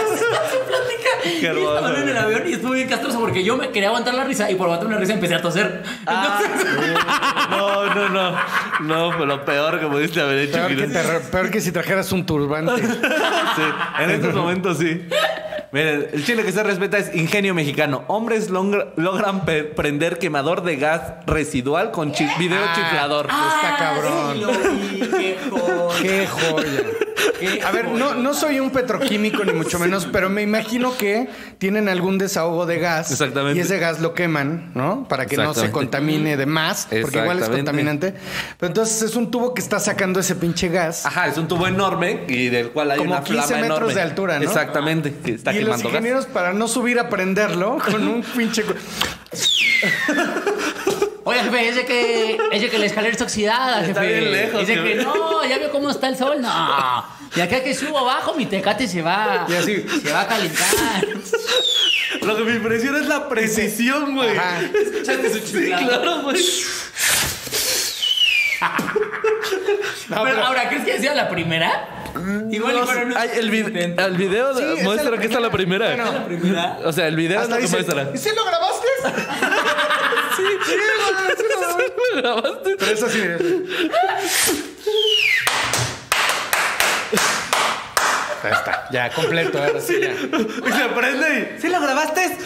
S4: plática. Y
S1: hermoso,
S4: estaban en el avión y estuve bien castroso porque yo me quería aguantar la risa y por aguantar la risa empecé a toser.
S2: Ah,
S4: Entonces,
S1: No, no, no. No, fue lo peor que pudiste haber hecho.
S2: Peor que,
S1: Quirós.
S2: te re- peor que si trajeras un turbante.
S1: Sí, en estos momentos sí. Miren, el chile que se respeta es ingenio mexicano. Hombres longra- logran pe- prender quemador de gas residual con chi- video
S2: Ah,
S1: chiflador.
S2: Está
S4: sí,
S2: cabrón.
S4: lo vi, qué joder,
S2: Qué joya.
S4: qué
S2: A ver, no, no soy un petroquímico ni mucho menos, pero me imagino que tienen algún desahogo de gas.
S1: Exactamente.
S2: Y ese gas lo queman, ¿no? Para que no se
S1: Exactamente.
S2: contamine de más, porque igual es
S1: Exactamente.
S2: contaminante. Pero entonces es un tubo que está sacando ese pinche gas.
S1: Ajá, es un tubo enorme y del cual hay
S2: Como
S1: una
S2: 15
S1: flama
S2: metros
S1: enorme.
S2: de altura, ¿no?
S1: Exactamente, que está
S2: y los
S1: quemando gas.
S2: ingenieros para no subir a prenderlo con un pinche... cu-
S3: Oye, jefe, ese que, ese que la escalera está oxidada,
S1: Está
S3: jefe.
S1: bien lejos,
S3: Ese
S1: jefe.
S3: que no, ya veo cómo está el sol. No. De acá que subo abajo, mi tecate se va.
S2: Y así.
S3: Se va a calentar.
S1: Lo que me impresiona es la precisión, güey.
S2: Ajá.
S1: Sí, claro, güey.
S2: No,
S3: Pero
S2: pero-
S3: ahora, ¿crees que decía la primera? Igual,
S1: Mm, No,
S3: igual, no.
S1: ay, el, vid- el video
S2: Sí, esa es
S1: muestra
S2: la
S1: que está la primera.
S2: primera. Bueno.
S3: primera.
S1: O sea, el video es
S2: Hasta
S1: lo que
S2: dice,
S1: muestra.
S2: ¿y si lo grabaste? sí, sí, güey, sí lo grabaste.
S1: ¿Lo grabaste?
S2: Pero es así. Ahí está, ya completo. Ahora sí, ya.
S1: Y se prende y. ¿Sí lo grabaste?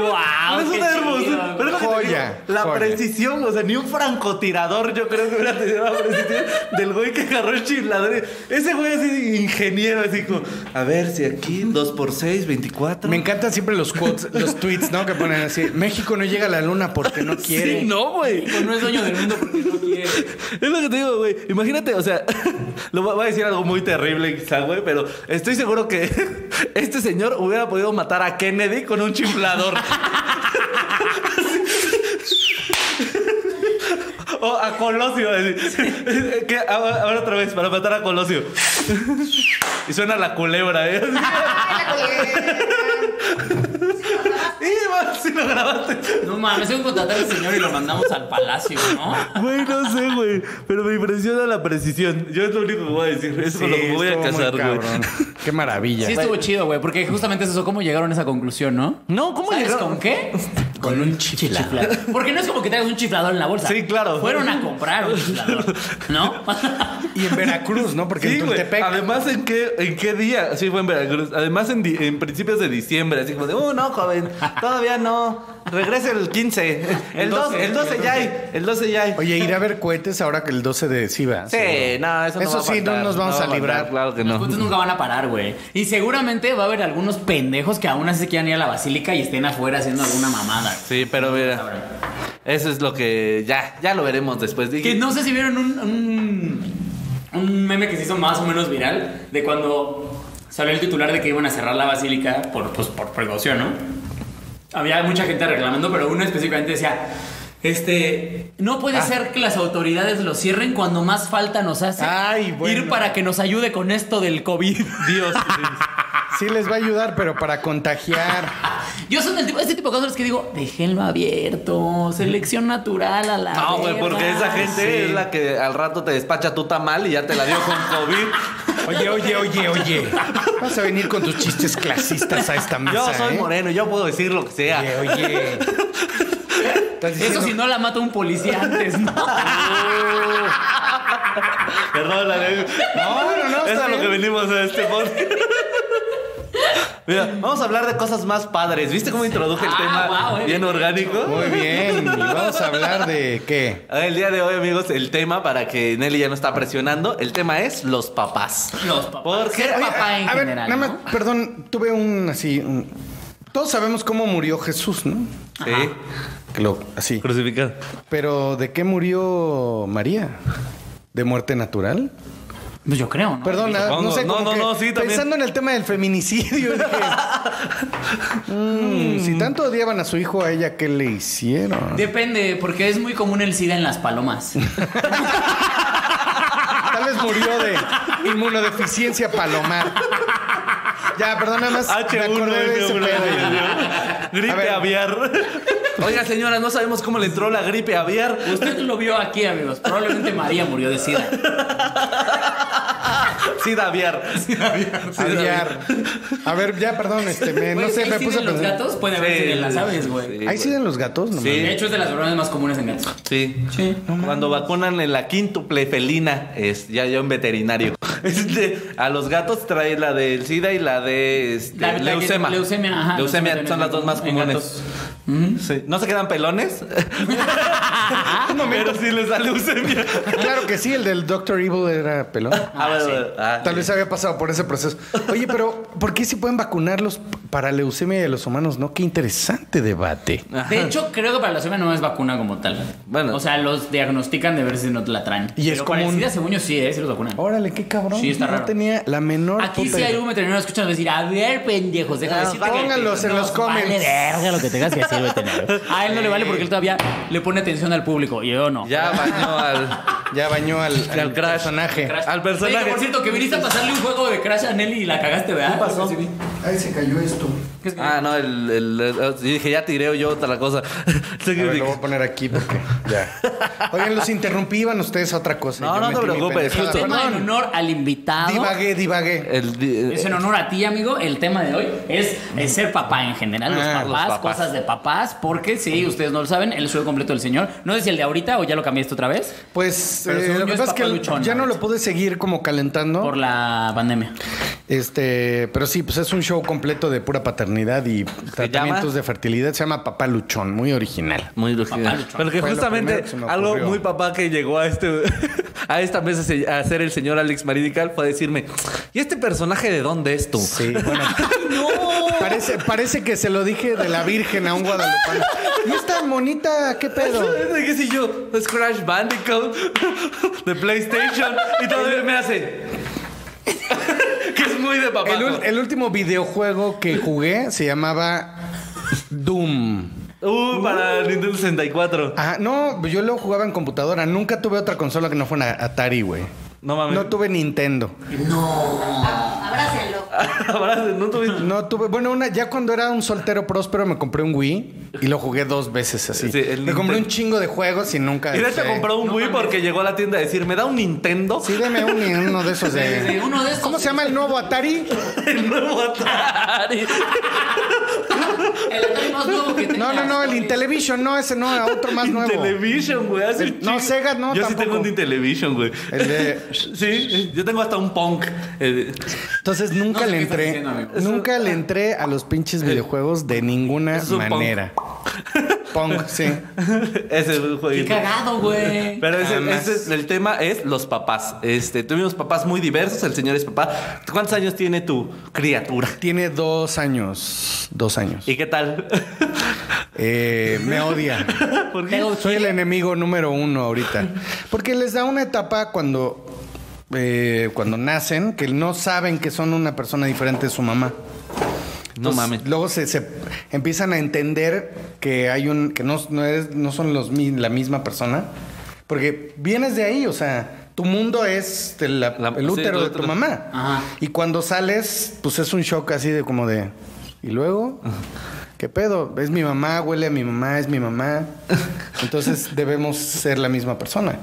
S3: ¡Guau!
S1: es
S3: qué
S1: una
S3: chido.
S1: hermosura. Pero es lo que te
S2: Joya,
S1: digo, la
S2: joya.
S1: precisión, o sea, ni un francotirador, yo creo que hubiera tenido la precisión del güey que agarró el chislador. Ese güey así, ingeniero, así como, a ver si aquí, 2 por 6 24.
S2: Me encantan siempre los quotes, los tweets, ¿no? Que ponen así: México no llega a la luna porque no quiere.
S1: Sí, no, güey.
S3: Pues no es dueño del mundo porque no quiere.
S1: Es lo que te digo, güey. Imagínate, o sea, lo voy voy a decir algo muy terrible quizá, güey, pero estoy seguro que este señor hubiera podido matar a Kennedy con un chiflador. o a Colosio. así. Que ahora ahora otra vez, para matar a Colosio. y suena la culebra, ¿eh? y va, si lo grabaste.
S3: No mames, tengo que contratar al señor y lo mandamos al palacio, ¿no?
S1: Güey, no sé, güey. Pero me impresiona la precisión. Yo es lo único que voy a decir. Eso es lo que me voy a
S2: estuvo muy
S1: casar, güey.
S2: cabrón. Qué maravilla.
S3: Sí estuvo chido, güey, porque justamente es eso, cómo llegaron a esa conclusión, ¿no?
S1: No, ¿cómo
S3: ¿Sabes
S1: llegaron?
S3: con qué?
S2: Con un chiflado.
S3: Porque no es como que traigas un chiflador en la bolsa.
S1: Sí, claro.
S3: Fueron a comprar un chiflador, ¿no?
S2: Y en Veracruz, ¿no? Porque
S1: Sí,
S2: en
S1: güey.
S2: Tultepec.
S1: Además, ¿en qué, ¿en qué día? Sí, fue en Veracruz. Además, en, di- en principios de diciembre. Así como de, uh, no, joven, todavía no. Regrese el 15. El 12, el 12 ya hay. El 12 ya hay.
S2: Oye, iré a ver cohetes ahora que el 12 de Siva.
S1: Sí, no, eso no
S2: Eso
S1: va a
S2: sí, no
S1: faltar,
S2: nos vamos
S1: va
S2: a librar.
S1: faltar, Claro que
S3: Los
S1: no.
S3: putos nunca van a parar, güey. Y seguramente va a haber algunos pendejos que aún así se quieran ir a la basílica y estén afuera haciendo alguna mamada. güey.
S1: Sí, pero mira,
S3: Cabrón.
S1: eso es lo que ya, ya lo veremos después. Dije,
S3: Que no sé si vieron un, un, un meme que se hizo más o menos viral de cuando salió el titular de que iban a cerrar la basílica por, pues, por precaución, ¿no? Había mucha gente reclamando, pero uno específicamente decía, este, no
S1: Ah.
S3: puede ser que las autoridades lo cierren cuando más falta nos hace
S2: Ay, bueno.
S3: ir para que nos ayude con esto del COVID.
S1: Dios.
S2: Sí les va a ayudar, pero para contagiar.
S3: Yo soy del tipo, este tipo de cosas que digo, déjenlo abierto, selección natural a la
S1: No, güey,
S3: verga".
S1: porque esa gente es la que al rato te despacha tu tamal y ya te la dio con COVID.
S2: Oye, oye, oye, oye. Vas a venir con tus chistes clasistas a esta mesa.
S1: Yo soy
S2: ¿eh?
S1: moreno, yo puedo decir lo que sea.
S2: Oye, oye. Estás
S3: Eso
S2: diciendo-
S3: si no la mata un policía antes, ¿no?
S1: Perdón, la neta.
S2: No, no, no,
S1: Eso es
S2: está
S1: lo
S2: bien.
S1: que venimos a este podcast. Mira, vamos a hablar de cosas más padres. ¿Viste cómo introduje el
S3: Ah,
S1: tema
S3: guau, eh,
S1: bien
S3: bien
S1: orgánico?
S2: Muy bien. y Vamos a hablar de qué.
S1: El día de hoy, amigos, el tema, para que Nelly ya no está presionando, el tema es los papás.
S3: Los papás.
S1: Porque
S3: Ser papá en
S2: a ver,
S3: general.
S2: nada más,
S3: ¿no?
S2: perdón, tuve un así. un- Todos sabemos cómo murió Jesús, ¿no?
S1: Sí,
S2: Que lo- así.
S1: crucificado.
S2: Pero ¿de qué murió María? ¿De muerte natural?
S3: Pues yo creo, ¿no?
S2: Perdón,
S1: Supongo.
S2: no sé
S1: No,
S2: como
S1: no,
S2: que
S1: no, sí, también.
S2: Pensando en el tema del feminicidio. dije, mm, si tanto odiaban a su hijo, a ella, ¿qué le hicieron?
S3: Depende, porque es muy común el SIDA en las palomas.
S2: Tal vez murió de inmunodeficiencia palomar. Ya, perdón, nada más. me acordé de ese pedo.
S1: H1N1.
S2: A
S1: Gripe
S2: ver.
S1: aviar. Oiga, señora, no sabemos cómo le entró la gripe aviar.
S3: Usted lo vio aquí, amigos. Probablemente María murió de SIDA.
S1: Sí, da aviar. Sí, da aviar.
S2: Aviar. A ver, ya, perdón, este, me- no
S3: Güey,
S2: sé,
S3: ahí
S2: me
S3: sí
S2: puse a
S3: ven los
S2: pensar.
S3: gatos puede haber SIDA en las aves, güey.
S2: Ahí sí de los gatos, no
S1: Sí.
S2: mames.
S3: De hecho, es de las enfermedades más comunes en gatos.
S1: Sí.
S3: Sí.
S1: Cuando vacunan en la quíntuple felina, es ya yo en veterinario. Este, a los gatos trae la del SIDA y la de este,
S3: La- la que-
S1: leucemia.
S3: leucemia, ajá,
S1: Leucemia
S3: leucemia
S1: son las dos más
S3: en
S1: comunes.
S3: gatos. Mm.
S1: Sí. ¿No se quedan pelones? Pero sí les da leucemia.
S2: Claro que sí, el del Doctor Evil era pelón.
S1: A ver, a ver, ah,
S2: Tal vez había pasado por ese proceso. Oye, pero ¿por qué si pueden vacunarlos p- para leucemia de los humanos? No, qué interesante debate.
S3: De hecho, creo que para la leucemia no es vacuna como tal.
S1: Bueno.
S3: O sea, los diagnostican de ver si no te la traen.
S2: Y es
S3: Pero para el
S2: común.
S3: SIDA, según yo, sí, ¿eh? Sí los vacunan.
S2: Órale, qué cabrón.
S3: Sí, está
S2: No
S3: raro.
S2: tenía la menor
S3: Aquí
S2: puta
S3: sí hay
S2: idea.
S3: un veterinario que escucha y nos va a decir, a ver, pendejos, déjame
S1: Ah,
S3: decirte que-
S2: pónganlos en
S3: nos
S2: los comments.
S3: Vale verga lo que tengas que decir, veterinario. A él no le vale porque él todavía le pone atención al público. y Yo no.
S1: Ya bañó al,
S2: Ya bañó al,
S1: al,
S2: al
S1: Crash.
S2: personaje.
S1: Al
S3: Oye, que
S1: personaje.
S3: por cierto, que viniste a pasarle un juego de Crash a Nelly y la cagaste, ¿verdad?
S1: ¿Qué pasó?
S3: Sí, sí.
S2: Ay, se cayó esto.
S1: Ah, no, el, el- el- yo dije, ya tireo yo otra cosa.
S2: A ver, lo voy a poner aquí porque ya. Oigan, los interrumpí, iban ustedes a otra cosa.
S1: No,
S2: Yo
S1: no te
S2: metí mi
S1: preocupes.
S2: pendejada.
S1: Usted
S2: Perdón.
S3: Tema en honor al invitado.
S2: Divagué, divagué.
S1: El di-
S3: Es en honor a ti, amigo. El tema de hoy es, es ser papá en general, los,
S1: Ah,
S3: papás,
S1: los papás.
S3: cosas de papás, porque sí, ustedes no lo saben, el sueldo completo del señor. No sé si el de ahorita o ya lo cambiaste otra vez
S2: Pues
S3: Pero
S2: eh,
S3: según
S2: lo que
S3: yo es
S2: pasa es que
S3: papaluchón,
S2: ya no
S3: ahorita.
S2: lo pude seguir como calentando.
S3: por la pandemia.
S2: Este, pero sí, pues es un show completo de pura paternidad y tratamientos
S1: llama?
S2: de fertilidad. Se llama Papá Luchón, muy original.
S1: Muy original. Pero que
S2: Fue lo
S1: justamente
S2: primero que se me
S1: algo
S2: ocurrió.
S1: muy papá que llegó a este a esta mesa se- a hacer el señor Alex Maridical fue a decirme, ¿y este personaje de dónde es tú?
S2: Sí, bueno. Parece, parece que se lo dije de la Virgen a un guadalupano. ¿Y esta monita qué pedo?
S1: ¿De qué sé yo? Es Crash Bandicoot de PlayStation y todavía me hace que es muy de papá.
S2: El, ul- el último videojuego que jugué se llamaba Doom.
S1: Uh, para Nintendo 64.
S2: Ajá, no, yo lo jugaba en computadora. Nunca tuve otra consola que no fuera Atari, güey.
S1: No mames.
S2: No tuve Nintendo.
S7: Abrácenlo.
S1: Abrazo, no tuviste
S2: No tuve, bueno, una, ya cuando era un soltero próspero me compré un Wii y lo jugué dos veces así.
S1: Sí, el
S2: me compré
S1: Nintendo.
S2: un chingo de juegos y nunca.
S1: Y de
S2: dejé.
S1: hecho compró un Wii porque llegó a la tienda a decir, ¿me da un Nintendo?
S2: Sí, deme un- uno de esos de.
S3: Uno de esos.
S2: ¿Cómo se llama el nuevo Atari?
S1: El nuevo Atari.
S3: El Atari más nuevo que
S2: No, no,
S3: tengas.
S2: no, el Intellivision, no, ese no, otro más nuevo.
S1: Television, güey. hace un
S2: Eh, No,
S1: chingo.
S2: Sega no,
S1: Yo sí
S2: tampoco.
S1: tengo un Intellivision, güey.
S2: El de-
S1: Sí, yo tengo hasta un punk. Eh,
S2: Entonces nunca
S3: No sé
S2: le
S3: qué estás
S2: entré.
S3: diciendo, amigo.
S2: nunca le entré a los pinches videojuegos de ninguna
S1: Eh, es un punk.
S2: manera. Punk, sí.
S1: ese es un
S3: Qué
S1: jueguito.
S3: cagado, güey.
S1: Pero ese,
S2: Jamás.
S1: ese es- el tema es los papás. Este, tuvimos papás muy diversos. El señor es papá. ¿Cuántos años tiene tu criatura?
S2: Tiene dos años. Dos años.
S1: ¿Y qué tal?
S2: Eh, me odia.
S1: ¿Por qué?
S3: Pero-
S2: Soy el enemigo número uno ahorita. Porque les da una etapa cuando. eh, cuando nacen, que no saben que son una persona diferente de su mamá.
S1: No
S2: Entonces,
S1: mames.
S2: Luego se, se empiezan a entender que hay un. que no, no, es- no son los, mi- la misma persona. Porque vienes de ahí, o sea, tu mundo es de la-
S1: La- sí,
S2: el útero
S1: el
S2: de tu
S1: útero.
S2: mamá.
S3: Ajá.
S2: Y cuando sales, pues es un shock así de como de. Y luego. ¿Qué pedo? Es mi mamá, huele a mi mamá, es mi mamá. Entonces debemos ser la misma persona.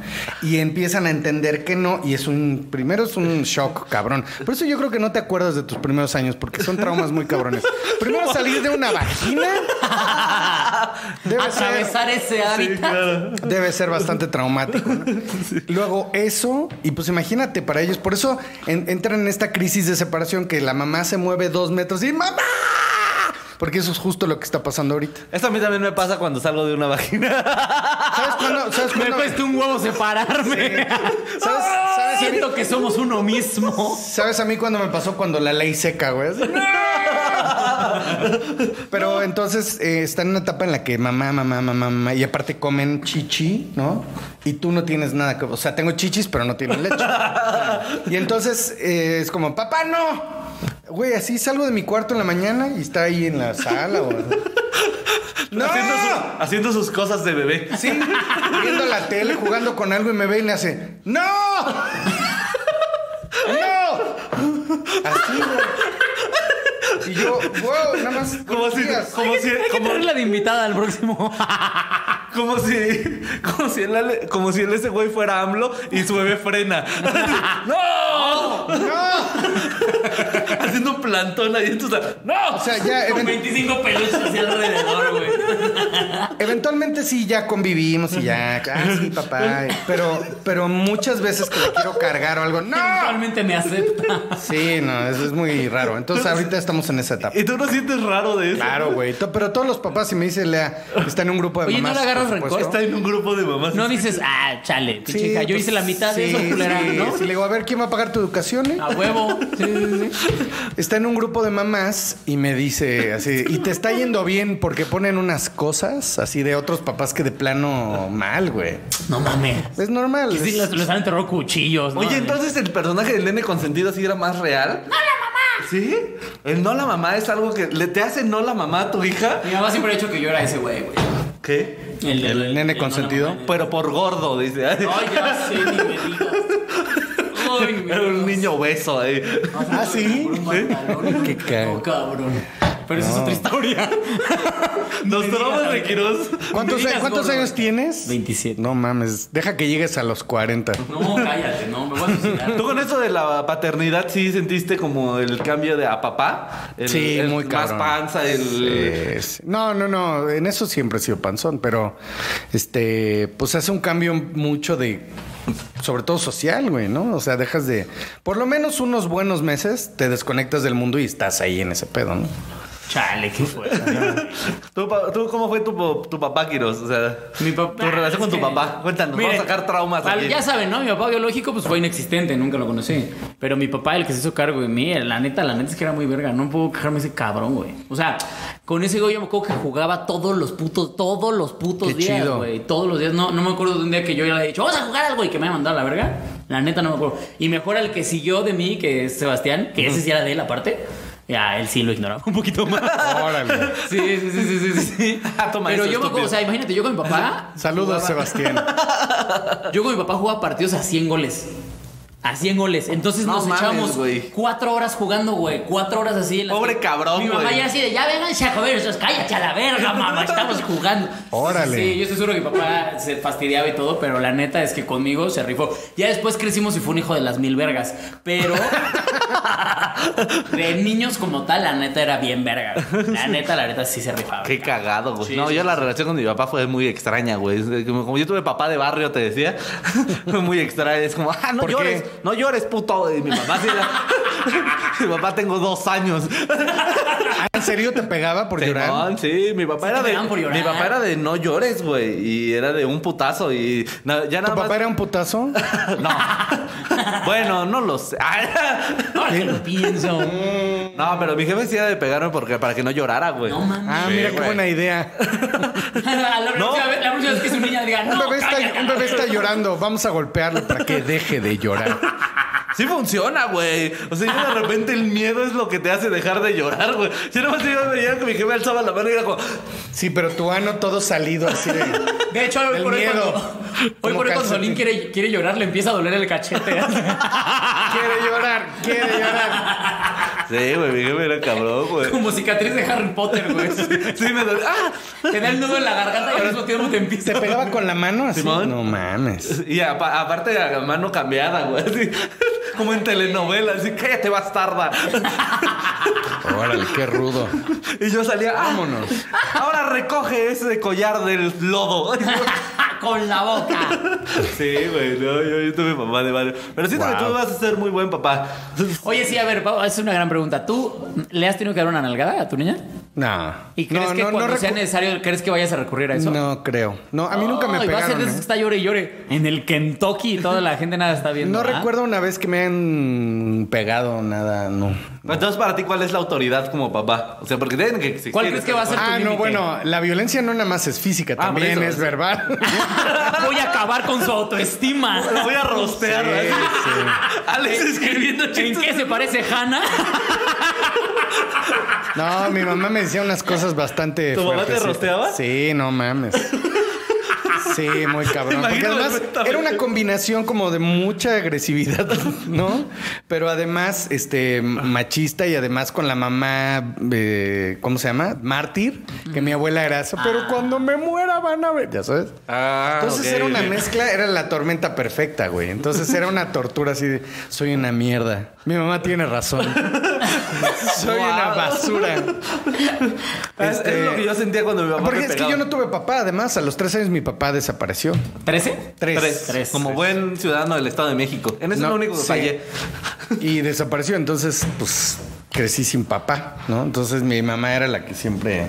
S2: Y empiezan a entender que no. Y es un. Primero es un shock, cabrón. Por eso yo creo que no te acuerdas de tus primeros años, porque son traumas muy cabrones. Primero salir de una vagina. Debe ser,
S3: Atravesar ese hábitat.
S2: debe ser bastante traumático. ¿no? Luego eso. Y pues imagínate para ellos. Por eso en- entran en esta crisis de separación que la mamá se mueve dos metros y ¡Mamá! Porque eso es justo lo que está pasando ahorita.
S1: Esto a mí también me pasa cuando salgo de una vagina.
S2: ¿Sabes cuándo? ¿Sabes
S3: Me
S2: cuándo?
S3: cuesta un huevo separarme.
S2: ¿Sabes, sabes, a mí,
S3: Siento que somos uno mismo.
S2: sabes a mí cuando me pasó cuando la ley seca, güey? Así, ¡no! Pero entonces eh, están en una etapa en la que mamá, mamá, mamá, mamá, y aparte comen chichi, ¿no? Y tú no tienes nada que. O sea, tengo chichis, pero no tienen leche. Y entonces eh, es como, papá, no. Güey, así salgo de mi cuarto en la mañana y está ahí en la sala, güey. ¡No!
S1: Haciendo, su- haciendo sus cosas de bebé.
S2: Sí, viendo la tele, jugando con algo y me ve y le hace, ¡No! ¡No! Así, güey. Y yo, wow, nada más.
S1: Como
S2: buenos
S1: si,
S2: días".
S1: como si, como,
S3: Traerla de invitada al próximo.
S1: como si, como si, el, Ale- como si el ese güey fuera AMLO y su bebé frena. ¡No!
S2: ¡No!
S1: Haciendo un plantón ahí. Entonces, ¡No!
S2: O sea, ya
S3: Con
S2: even-
S3: 25 peluches hacia alrededor, güey.
S2: eventualmente sí ya convivimos y ya, ah, sí, papá. Pero, pero muchas veces que la quiero cargar o algo, ¡no!
S3: Eventualmente me acepta.
S2: Sí, no, eso es muy raro. Entonces ahorita estamos en esa etapa.
S1: ¿Y tú no sientes raro de eso?
S2: Claro, güey. To- Pero todos los papás, si me dice Lea, que está en un grupo de
S3: Oye, ¿no
S2: mamás.
S3: le agarras
S2: por supuesto.
S3: rencor?
S1: Está en un grupo de mamás.
S3: No dices, ah, chale, pinche
S2: Sí,
S3: hija, yo
S2: pues,
S3: hice la mitad de
S2: sí,
S3: eso, culera,
S2: sí,
S3: ¿no? Ah.
S2: sí. Le digo, a ver, ¿quién va a pagar tu educación? eh?"
S3: A huevo. Sí, sí, sí.
S2: Está en un grupo de mamás y me dice así, y te está yendo bien porque ponen unas cosas así de otros papás que de plano mal, güey.
S3: No mames.
S2: Es normal.
S3: Que sí,
S2: es-
S3: los, los han enterrado cuchillos. ¿no?
S1: Oye, entonces el personaje del nene consentido sí era más real. ¡No la mamá! ¿Sí? El no la mamá es algo que le te hace no la mamá a tu hija.
S3: Mi mamá siempre ha dicho que yo era ese güey, güey.
S1: ¿Qué?
S3: El,
S2: el nene consentido.
S3: no, no,
S1: Pero por gordo, dice.
S3: no, no. Ay, ya sé, ni me digas.
S4: Ay,
S1: Era un niño obeso ahí.
S2: Ah, ¿sí?
S4: Por un pantalón.
S2: Qué ca-
S4: No, cabrón. Pero esa es otra historia.
S1: Nos tomamos de Quirós.
S2: ¿Cuántos,
S4: Me digas,
S2: ¿cuántos
S4: gordo.
S2: años tienes?
S3: 27.
S2: No mames, deja que llegues a los 40.
S4: No, cállate, no, me voy a suicidar.
S1: ¿Tú con eso de la paternidad sí sentiste como el cambio de a papá? El-
S2: Sí,
S1: el
S2: muy
S1: Más
S2: cabrón.
S1: panza, el...
S2: Eh, sí. no, no, no, en eso siempre he sido panzón, pero este, pues hace un cambio mucho de, sobre todo social, güey, ¿no? O sea, dejas de, por lo menos unos buenos meses, te desconectas del mundo y estás ahí en ese pedo, ¿no?
S3: Chale, qué fue.
S1: ¿Tú, pa- tú cómo fue tu, po- tu papá, Quirós? O sea,
S3: Mi papá.
S1: tu relación con
S3: es
S1: tu
S3: que-
S1: papá. Cuéntanos,
S3: Miren,
S1: vamos a sacar traumas
S3: al-
S1: aquí.
S3: Ya saben, ¿no? Mi papá biológico pues fue inexistente, nunca lo conocí. Pero mi papá, el que se hizo cargo de mí, la neta, la neta es que era muy verga. No puedo quejarme de ese cabrón, güey. O sea, con ese güey yo me acuerdo que jugaba todos los putos, todos los putos
S2: Qué
S3: días,
S2: chido.
S3: güey. Todos los días. No, no me acuerdo de un día que yo ya le he dicho, vamos a jugar algo y que me haya mandado a la verga. La neta no me acuerdo. Y mejor al que siguió de mí, que es Sebastián, que ese sí era de él aparte. Ya, él sí lo ignoraba un poquito más.
S2: Órale.
S3: Sí, sí, sí, sí, sí, sí.
S1: Ah, toma
S3: Pero
S1: eso,
S3: yo me acuerdo,
S1: estúpido.
S3: o sea, imagínate, yo con mi papá
S2: Saludos, Sebastián.
S3: yo con mi papá jugaba partidos a 100 goles. A 100 goles. Entonces
S1: No
S3: nos
S1: mames,
S3: echábamos
S1: güey.
S3: cuatro horas jugando, güey. Cuatro horas así. en las
S1: Pobre
S3: que-
S1: cabrón,
S3: Mi mamá
S1: güey.
S3: ya así de, ya vénganse a joder. Entonces, cállate a la verga, mamá. Estamos jugando.
S2: Órale.
S3: Sí, sí, yo estoy seguro que mi papá se fastidiaba y todo, pero la neta es que conmigo se rifó. Ya después crecimos y fue un hijo de las mil vergas. Pero... de niños como tal, la neta era bien verga. La neta, la neta sí se rifaba.
S1: Qué cagado, güey.
S3: Sí,
S1: no,
S3: sí,
S1: yo
S3: sí,
S1: la relación con mi papá fue muy extraña, güey. Es de- Como, como yo tuve papá de barrio, te decía, fue muy extraña. Es como, ah, no
S2: ¿Por qué?
S1: llores, no llores, puto. Y mi papá sí era- mi papá tengo dos años.
S2: Ah, ¿En serio te pegaba por llorar?
S1: Simón, sí, mi papá
S3: Sí,
S1: era
S3: te
S1: de.
S3: pegaban por llorar.
S1: Mi papá era de no llores, güey. Y era de un putazo. Y na- ya
S2: ¿Tu
S1: nada
S2: papá
S1: más.
S2: era un putazo?
S1: No. bueno, no lo sé.
S3: Ahora que lo pienso.
S1: no, pero mi jefe sí era de pegarme porque, para que no llorara, güey.
S3: No mames.
S2: Ah,
S1: Sí,
S2: mira qué
S1: güey.
S2: buena idea.
S3: la, la
S1: No.
S3: próxima vez, la próxima vez que su niña diga, no,
S2: Un bebé
S3: cállate".
S2: está, un bebé está llorando, vamos a golpearlo para que deje de llorar.
S1: Sí funciona, güey. O sea, yo de repente el miedo es lo que te hace dejar de llorar, güey. Yo nada más iba a veía que mi jefe alzaba la mano y era como...
S2: Sí, pero tu ano todo salido así de...
S3: De hecho, hoy
S2: Del
S3: por hoy
S2: miedo.
S3: cuando,
S2: Como
S3: hoy por hoy cuando
S2: calcetín.
S3: Solín quiere, quiere llorar, le empieza a doler el cachete. ¿eh?
S2: Quiere llorar, quiere llorar.
S1: Sí, güey, mi jefe era cabrón, güey.
S3: Como cicatriz de Harry Potter, güey.
S1: Sí, me dolía. ¡Ah!
S3: Te da el nudo en la garganta y al mismo tiempo te empieza.
S2: ¿Te pegaba con la mano así?
S1: Simón.
S2: No mames.
S1: Y apa- aparte a mano cambiada, güey. así, como en telenovela, así, cállate, bastarda.
S2: Órale, qué rudo.
S1: Y yo salía, vámonos. Ahora recoge ese collar del lodo.
S3: Con la boca.
S1: Sí, güey, no, yo, yo tuve papá de barrio. Pero siento que
S2: Wow.
S1: tú vas a ser muy buen papá.
S3: Oye, sí, a ver, Pau, es una gran pregunta. ¿Tú le has tenido que dar una nalgada a tu niña?
S2: No.
S3: ¿Y crees
S2: no,
S3: que
S2: no, no
S3: cuando sea
S2: recu-
S3: necesario, crees que vayas a recurrir a eso?
S2: No creo. No, a mí nunca me
S3: Ay, Va a ser
S2: pegaron.
S3: de esos
S2: ¿eh?
S3: que está llore y llore. En el Kentucky y toda la gente nada está viendo.
S2: No
S3: ¿verdad?
S2: recuerdo una vez que me han pegado nada, no.
S1: Entonces, para ti, ¿cuál es la autoridad como papá? O sea, porque tienen que existir.
S3: ¿Cuál crees que va a ser tu
S2: Ah, no,
S3: límite?
S2: bueno, la violencia no nada más es física,
S1: Ah, por
S2: también
S1: eso,
S2: es
S1: eso.
S2: verbal.
S3: Voy a acabar con su autoestima.
S1: Lo voy a rostear.
S2: Sí,
S1: Alex escribiendo
S3: ¿En
S1: chistes.
S3: qué se parece Hannah?
S2: No, mi mamá me decía unas cosas bastante
S1: ¿Tu mamá te
S2: fuertecitas.
S1: rosteaba?
S2: Sí, no mames. Sí, muy cabrón. Porque
S1: Imagino
S2: además
S1: perfectamente.
S2: era una combinación como de mucha agresividad, ¿no? Pero además, este, machista y además con la mamá, eh, ¿cómo se llama? Mártir, que mi abuela era eso. Pero cuando me muera van a ver, ya sabes.
S1: Ah,
S2: Entonces
S1: ok,
S2: era una
S1: ok.
S2: mezcla, era la tormenta perfecta, güey. Entonces era una tortura así de, soy una mierda. Mi mamá tiene razón. soy una
S1: Wow.
S2: basura.
S1: Ah, Es- Es,
S2: Este-
S1: lo que yo sentía cuando mi papá
S2: Porque
S1: me
S2: es que
S1: pegaba.
S2: yo no tuve papá, además, a los tres años mi papá desapareció.
S3: ¿Trece?
S2: Tres.
S1: Tres.
S3: Tres.
S1: Como buen ciudadano del Estado de México. En eso
S2: No,
S1: es lo único que
S2: sí.
S1: fallé.
S2: Y desapareció, entonces, pues, crecí sin papá, ¿no? Entonces mi mamá era la que siempre...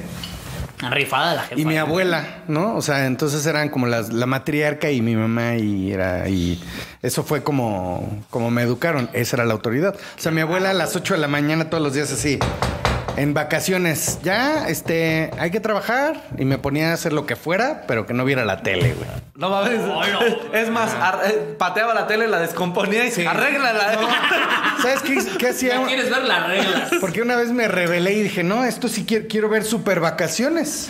S3: Rifada la jefa.
S2: Y mi abuela, ¿no? O sea, entonces eran como las, la matriarca y mi mamá y era y eso fue como como me educaron, esa era la autoridad. O sea, mi abuela a las 8 de la mañana todos los días así en vacaciones, ya este hay que trabajar y me ponía a hacer lo que fuera, pero que no viera la tele, güey.
S1: No mames. es más, ar- eh, pateaba la tele, la descomponía y
S2: Sí.
S1: arréglala.
S2: ¿Sabes qué, qué hacía?
S3: Ya quieres ver las reglas.
S2: Porque una vez me rebelé y dije, no, esto sí quiero, quiero ver super vacaciones.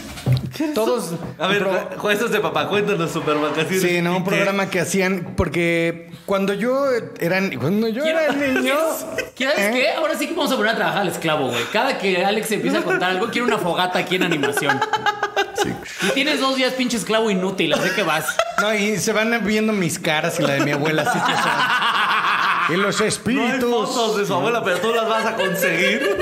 S2: Todos.
S1: A ver, jueces de papá, cuéntanos super vacaciones.
S2: Sí, no,
S1: ¿Y
S2: un
S1: qué?
S2: programa que hacían porque cuando yo era cuando yo era niño
S3: ¿Sabes qué? Ahora sí que vamos a poner a trabajar al esclavo, güey. Cada que Alex empieza a contar algo, quiere una fogata aquí en animación. Y tienes dos días, pinche esclavo inútil, así que vas.
S2: No, y se van viendo mis caras y la de mi abuela así, o sea, Y los
S1: No hay
S2: espíritus.
S1: fotos de su abuela, pero tú las vas a conseguir.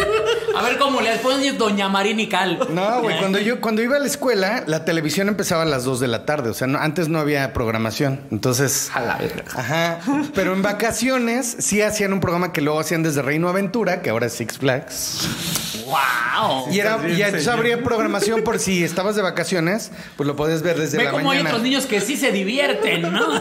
S3: A ver cómo le pones Doña Marín y Cal.
S2: No, güey, cuando yo cuando iba a la escuela, la televisión empezaba a las 2 de la tarde, o sea, no- antes no había programación. Entonces,
S3: A la verga.
S2: ajá, pero en vacaciones sí hacían un programa que luego hacían desde Reino Aventura, que ahora es Six Flags.
S3: ¡Wow!
S2: Y era y entonces habría programación por si estabas de vacaciones, pues lo podías ver desde
S3: Ve
S2: la
S3: cómo hay
S2: mañana.
S3: otros niños que sí se divierten, ¿no?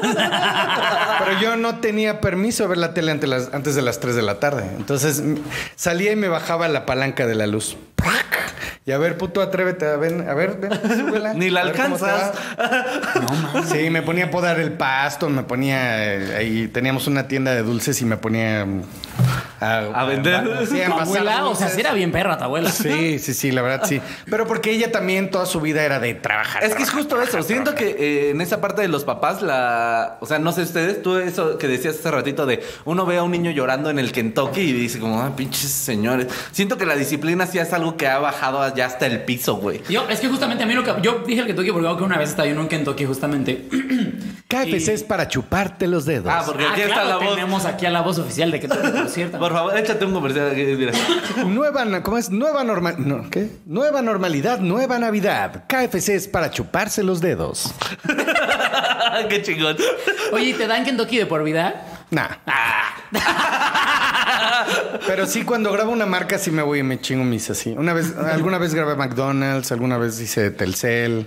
S2: Pero yo no tenía permiso de ver la tele ante las- antes de las 3 de la tarde. Entonces m- salía y me bajaba la palanca de la luz. ¡Prac! Y a ver, puto, atrévete a ver, a ver, ven, súbela.
S1: Ni la
S2: A ver cómo te
S1: alcanzas.
S2: va. Sí, me ponía a podar el pasto, me ponía eh, ahí teníamos una tienda de dulces y me ponía mm, a,
S1: A vender.
S2: sí, a envasar
S3: Tu abuela, o sea,
S2: dulces.
S3: sí era bien perra tu abuela.
S2: Sí, sí, sí, la verdad sí. Pero porque ella también toda su vida era de trabajar.
S1: Es que es justo eso. Siento que eh, en esa parte de los papás, la. O sea, no sé ustedes, tú eso que decías hace ratito de uno ve a un niño llorando en el Kentucky y dice como, ah, pinches señores. Siento que la disciplina sí es algo que ha bajado ya hasta el piso, güey.
S3: Yo, es que justamente a mí lo que. Yo dije el Kentucky porque creo que una vez estaba yo en un Kentucky, justamente.
S2: KFC es para chuparte los dedos.
S1: Ah, porque
S3: Ah,
S1: aquí está
S3: claro,
S1: la voz.
S3: Tenemos aquí a la voz oficial de Kentucky, por cierto.
S1: Por favor, échate un comercial. eh, mira.
S2: Nueva, na- ¿cómo es? Nueva normal, no, ¿qué? Nueva normalidad, nueva Navidad. KFC es para chuparse los dedos.
S1: Qué chingón.
S3: Oye, ¿y te dan Kentucky de por vida?
S2: Nah. Pero sí, cuando grabo una marca, sí me voy y me chingo mis así. Una vez, alguna vez grabé McDonald's, alguna vez hice Telcel.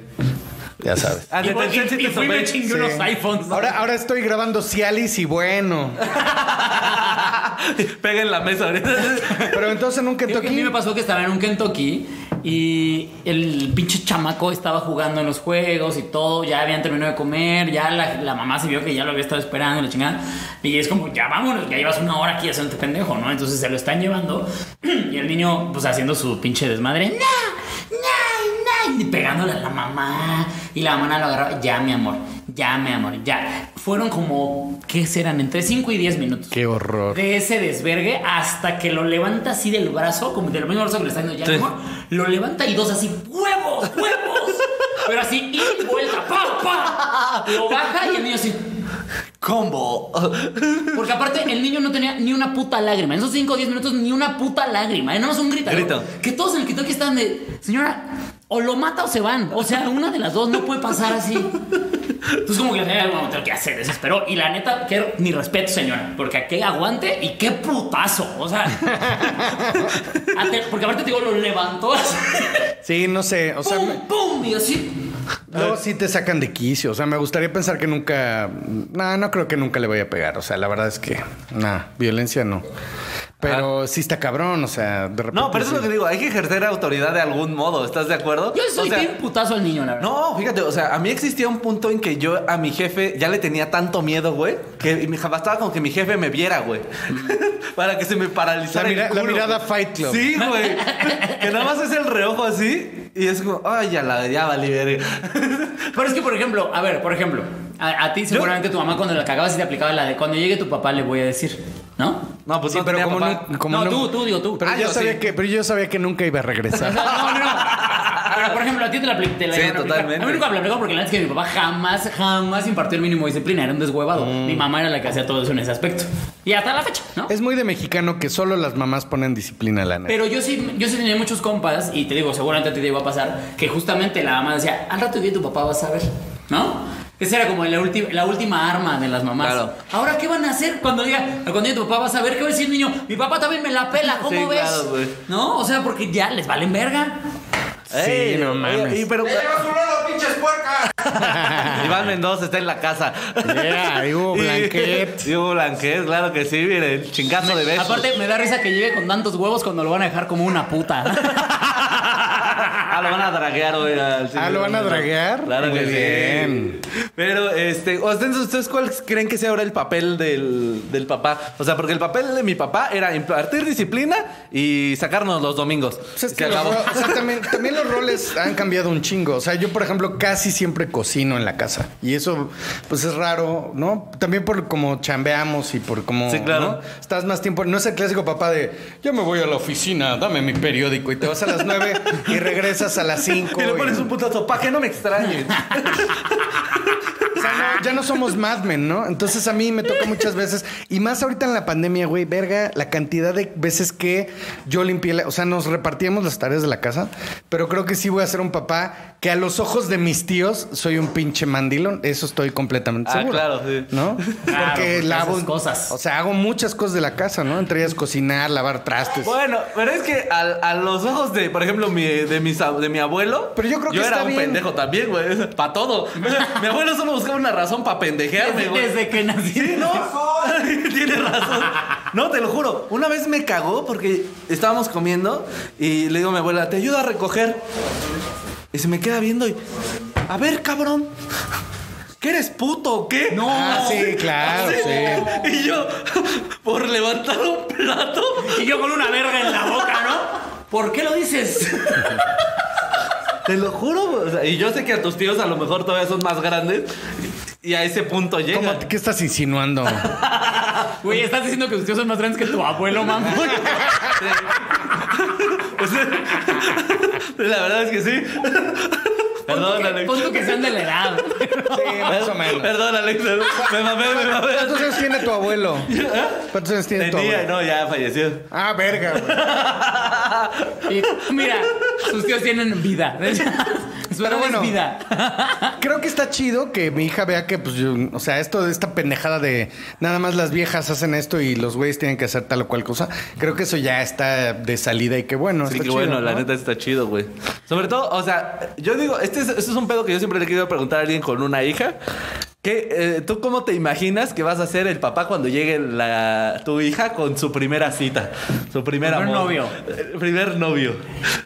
S2: Ya sabes.
S1: Ah,
S3: Y,
S1: de
S3: voy-
S1: Telcel sí
S3: y- y
S1: te
S3: fui y me
S1: tomé.
S3: chingué
S2: Sí.
S3: unos iPhones. ¿no?
S2: Ahora, ahora estoy grabando Cialis y bueno.
S1: Pega en la mesa ahorita.
S2: Pero entonces nunca
S3: Creo que a mí
S2: toqué.
S3: me pasó que estaba en un Kentucky y el pinche chamaco estaba jugando en los juegos y todo, ya habían terminado de comer, ya la, la mamá se vio que ya lo había estado esperando, la chingada. Y es como, ya vámonos, ya llevas una hora aquí haciendo este pendejo, ¿no? Entonces se lo están llevando y el niño, pues haciendo su pinche desmadre, ¡Nah! ¡Nah! ¡Nah! Y pegándole a la mamá. Y la mamá lo agarraba, ya mi amor, ya mi amor, ya. Fueron como, ¿qué serán? Entre 5 y 10 minutos
S2: Qué horror.
S3: de ese desvergue hasta que lo levanta así del brazo, como del mismo brazo que le está dando ya,
S1: Sí.
S3: amor, lo levanta y dos así, ¡huevos! ¡huevos! Pero así, y vuelta, ¡pa! ¡pa! Lo baja y el niño así.
S1: Combo.
S3: Porque aparte, el niño no tenía ni una puta lágrima. En esos 5 o 10 minutos, ni una puta lágrima. Era más un grito.
S1: Grito.
S3: Que todos en el Kentucky estaban de, señora, o lo mata o se van. O sea, una de las dos no puede pasar así. Entonces, como que la señora, bueno, tengo que hacer, desesperó. Y la neta, que ni respeto, señora. Porque a qué aguante y qué putazo. O sea, ate- porque aparte, te digo, lo levantó así.
S2: Sí, no sé. O sea,
S3: pum,
S2: me-
S3: pum. Y así.
S2: Luego sí te sacan de quicio. O sea, me gustaría pensar que nunca. No, no creo que nunca le voy a pegar. O sea, la verdad es que. Nah, violencia no.
S3: Ah.
S2: Pero sí está cabrón. O sea, de repente.
S1: No, pero eso es lo
S2: sí.
S1: que digo. Hay que ejercer autoridad de algún modo. ¿Estás de acuerdo?
S3: Yo soy
S1: O sea,
S3: bien putazo al niño, la verdad.
S1: No, fíjate, o sea, a mí existía un punto en que yo a mi jefe ya le tenía tanto miedo, güey, que mi bastaba con que mi jefe me viera, güey. para que se me paralizara.
S2: La
S1: el
S2: mira- la
S1: culo,
S2: mirada
S1: güey.
S2: Fight Club.
S1: Sí, güey. que nada más es el reojo así y es como, ay, ya la ya valí verga".
S3: Pero es que, por ejemplo, a ver, por ejemplo, a, a ti seguramente tu mamá cuando la cagabas y te aplicaba la de cuando llegue tu papá le voy a decir, ¿no?
S1: No, pues
S2: Sí,
S1: no
S2: pero
S1: tenía
S2: como
S1: papá.
S2: no- como
S3: no,
S2: no-
S3: tú, tú, digo tú.
S2: Pero
S1: Ah,
S2: yo
S1: yo
S2: sabía
S1: sí.
S2: que, pero yo sabía que nunca iba a regresar.
S3: No, no, no. Pero, por ejemplo, a ti te la apli- te la
S1: Sí,
S3: iban a aplicar.
S1: totalmente.
S3: A mí nunca me la aplicó porque la verdad es que mi papá jamás, jamás impartió el mínimo de disciplina. Era un deshuevado. Mi mamá era la que hacía todo eso en ese aspecto. Y hasta la fecha, ¿no?
S2: Es muy de mexicano que solo las mamás ponen disciplina, la neta.
S3: Pero yo sí, yo sí tenía muchos compas, y te digo, seguramente a ti te iba a pasar, que justamente la mamá decía, al rato que tu papá vas a ver, ¿no? Esa era como la, ulti- la última arma de las mamás.
S1: Claro.
S3: Ahora, ¿qué van a hacer cuando diga, cuando diga tu papá vas a ver? ¿Qué va a decir el niño? Mi papá también me la pela, ¿cómo
S1: Sí,
S3: ves?
S1: claro, güey.
S3: no, o sea, porque ya les valen verga.
S2: Sí,
S1: Ey,
S2: no
S1: oye,
S2: mames.
S1: y pero Iván Mendoza está en la casa.
S2: Yeah, y Hugo
S1: Y-
S2: Blanquet.
S1: y Hugo Blanquet, claro que sí, miren, chingazo de besos.
S3: Aparte, me da risa que llegue con tantos huevos cuando lo van a dejar como una puta.
S1: Ah, lo van a draguear hoy. al señor
S2: Ah, ¿lo van a
S1: Mendoza.
S2: draguear?
S1: Claro
S2: Muy
S1: que sí.
S2: bien.
S1: Pero, este, o sea, entonces, ¿ustedes cuál creen que sea ahora el papel del, del papá? O sea, porque el papel de mi papá era impartir disciplina y sacarnos los domingos.
S2: Pues es
S1: Se
S2: que los
S1: acabó.
S2: ro- o sea, también, también los roles han cambiado un chingo. O sea, yo, por ejemplo, casi siempre cocino en la casa. Y eso, pues es raro, ¿no? También por cómo chambeamos y por cómo.
S1: Sí, claro.
S2: ¿no? Estás más tiempo. No es el clásico papá de yo me voy a la oficina, dame mi periódico y te vas a las 9 y regresas a las 5.
S1: Y le pones un putazo, pa' que no me extrañen.
S2: O sea, no, ya no somos Mad Men, ¿no? Entonces a mí me toca muchas veces. Y más ahorita en la pandemia, güey, verga, la cantidad de veces que yo limpié, la- o sea, nos repartíamos las tareas de la casa, pero creo que sí voy a ser un papá que a los ojos de mis tíos soy un pinche mandilón. Eso estoy completamente
S1: Ah,
S2: seguro.
S1: claro, sí.
S2: ¿No?
S3: Claro,
S2: Porque
S3: porque
S2: lavo
S3: haces cosas.
S2: O sea, hago muchas cosas de la casa, ¿no? Entre ellas cocinar, lavar trastes.
S1: Bueno, pero es que al- a, los ojos de, por ejemplo, mi, de, mis ab- de mi abuelo.
S2: Pero yo creo que
S1: Yo
S2: está
S1: era un
S2: bien.
S1: pendejo también, güey. Para todo. mi abuelo solo buscaba una razón para pendejearme, güey.
S3: Desde que nací.
S1: Sí, no. Tiene razón. No, te lo juro. Una vez me cagó porque estábamos comiendo y le digo a mi abuela, te ayudo a recoger. Y se me queda viendo y. A ver, cabrón. ¿Qué eres puto o qué? No.
S2: Ah, sí, claro, sí.
S1: Y yo, por levantar un plato.
S3: Y yo con una verga en la boca, ¿no? ¿Por qué lo dices?
S1: Te lo juro. o sea, y yo sé que a tus tíos a lo mejor todavía son más grandes. Y a ese punto
S2: ¿Cómo
S1: llega.
S2: te- ¿Qué estás insinuando?
S3: Güey, estás diciendo que tus tíos son más grandes que tu abuelo, mamón.
S1: La verdad es que sí. Perdón,
S3: Perdón,
S1: Alex.
S3: Punto que sean de la edad.
S2: sí, más o menos.
S1: Perdón, Alex. Me mamé, me mamé.
S2: ¿Cuántos años tiene tu abuelo? ¿Cuántos años tiene tu
S1: Tenía,
S2: abuelo?
S1: no, ya falleció.
S2: Ah, verga, güey.
S3: Y, mira, sus tíos tienen vida. Su
S2: Pero
S3: edad
S2: bueno.
S3: es vida.
S2: Creo que está chido que mi hija vea que, pues, yo- o sea, esto de esta pendejada de nada más las viejas hacen esto y los güeyes tienen que hacer tal o cual cosa. Creo que eso ya está de salida y que bueno.
S1: Sí,
S2: está
S1: que
S2: chido,
S1: bueno,
S2: ¿no?
S1: la neta está chido, güey. Sobre todo, o sea, yo digo, este es, este es un pedo que yo siempre le he querido preguntar a alguien con una hija. Que, eh, ¿Tú cómo te imaginas que vas a ser el papá cuando llegue la, tu hija con su primera cita? Su primer
S3: Primer
S1: amor.
S3: novio.
S1: Eh, primer novio.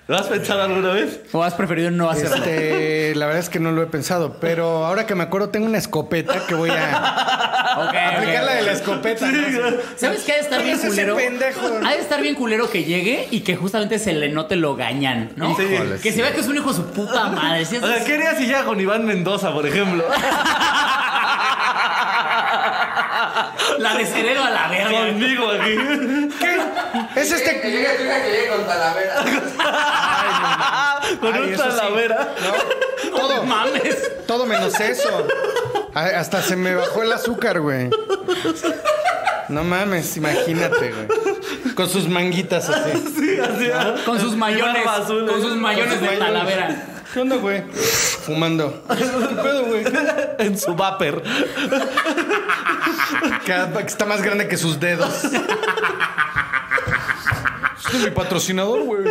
S1: ¿Lo has pensado alguna vez?
S3: ¿O has preferido no hacerlo?
S2: Este, la verdad es que no lo he pensado, pero ahora que me acuerdo, tengo una escopeta que voy a
S3: Ok,
S2: aplicar
S3: ok.
S2: la de la escopeta. ¿no?
S3: ¿Sabes qué ha de estar bien
S2: Es ese
S3: culero?
S2: pendejo.
S3: Ha de estar bien culero que llegue y que justamente se le note lo gañan, ¿no?
S1: Sí.
S3: Que se vea que es un hijo de su puta madre. Sí, es-
S1: O sea, ¿qué harías si llega con Iván Mendoza, por ejemplo?
S3: La de Cerero a la verga.
S1: Conmigo aquí.
S2: Es este.
S3: eh,
S7: llega tu hija que llegue con Talavera.
S1: con
S2: Ay,
S1: un
S2: eso sí.
S1: talavera.
S2: No,
S3: No
S2: todo,
S3: mames.
S2: todo menos eso. A- Hasta se me bajó el azúcar, güey. No mames, imagínate, güey. Con sus manguitas así.
S1: Sí, así.
S3: Con sus
S1: Mi
S3: mayones.
S1: barba azul,
S3: Con
S1: ¿eh?
S3: sus mayones de
S2: Mayones.
S3: Talavera.
S2: ¿Qué onda, güey? Fumando. ¿Qué pedo, güey?
S1: En su vapor.
S2: Que está más grande que sus dedos.
S5: Es mi patrocinador, güey.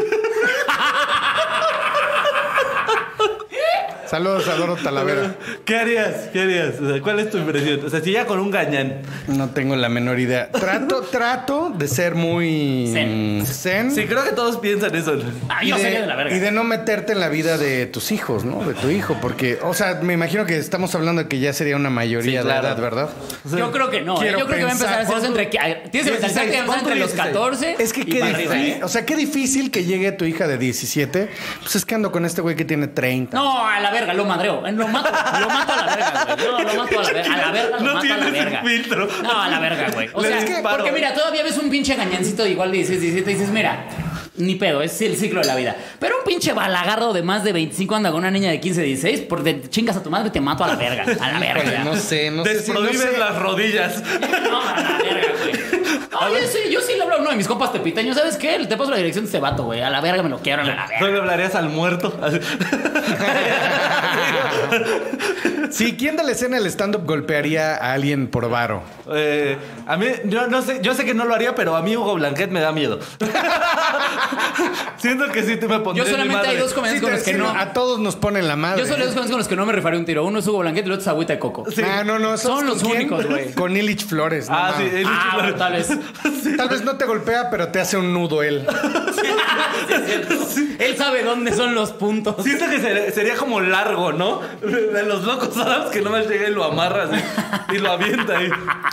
S2: Saludos, adoro Talavera.
S1: ¿Qué harías? ¿Qué harías? O sea, ¿Cuál es tu impresión? O sea, si llega con un gañán.
S2: No tengo la menor idea. Trato, trato de ser muy
S3: Zen.
S2: zen.
S1: Sí, creo que todos piensan eso.
S3: Ah,
S2: Y
S3: yo
S2: de,
S3: sería de la verga.
S2: y de no meterte en la vida de tus hijos, ¿no? De tu hijo, porque, o sea, me imagino que estamos hablando de que ya sería una mayoría
S1: Sí, claro.
S2: de edad, ¿verdad?
S3: Yo creo que no. ¿eh?
S2: Quiero
S3: Yo creo que va a
S2: pensar.
S3: empezar a hacer eso entre. que- a ver, Tienes que mentalizar que va a empezar entre los 14.
S2: Es que
S3: y
S2: qué
S3: para arriba,
S2: difícil,
S3: ¿eh?
S2: o sea, qué difícil que llegue tu hija de 17. Pues es que ando con este güey que tiene 30.
S3: No, a la verga, lo madreo. Eh, Lo mato, lo mato a la verga, güey. Yo lo mato a la verga. A la verga, lo
S1: No
S3: mato a la
S1: tienes
S3: verga.
S1: filtro.
S3: No, a la verga, güey. O
S1: Le
S3: sea,
S1: disparo.
S3: porque mira, todavía ves un pinche gañancito de igual de 16, 17 y dices, mira, ni pedo, es el ciclo de la vida. Pero un pinche balagardo de más de 25 anda con una niña de 15, 16, por de chingas a tu madre, te mato a la verga. A la verga.
S2: Híjole, no sé, no sé. si- no
S1: Desprohíben
S2: sé.
S1: las rodillas.
S3: No, a la verga, güey. No, yo sí, yo sí le hablo a uno de mis compas tepiteños. ¿Sabes qué? Te paso la dirección de este vato, güey. A la verga me lo quiebran, a la verga.
S1: Solo hablarías al muerto. Así.
S2: Sí, ¿quién de la escena del stand-up golpearía a alguien por varo?
S1: Eh, a mí, yo no sé, yo sé que no lo haría, pero a mí Hugo Blanquet me da miedo. Siento que sí te me pondría
S3: Yo
S1: en mi
S3: solamente hay
S1: madre.
S3: dos
S2: Sí,
S3: comediantes con
S2: te-
S3: los que
S2: sí,
S3: no.
S2: A todos nos ponen la madre.
S3: Yo solo hay dos comediantes con los que no me refaré un tiro. Uno es Hugo Blanquet y el otro es Agüita de Coco.
S2: Ah, no, no. ¿sabes
S3: Son los
S2: con quién?
S3: únicos, güey.
S2: Con Illich Flores. no
S1: Ah, sí,
S2: mames.
S1: él-
S3: Ah, bueno, tal vez.
S2: Tal vez no te golpea, pero te hace un nudo él.
S3: Él sabe dónde son los puntos.
S1: Siento que ser- sería como largo, ¿no? De los locos Adams que nomás llega y lo amarra así, y lo avienta ahí.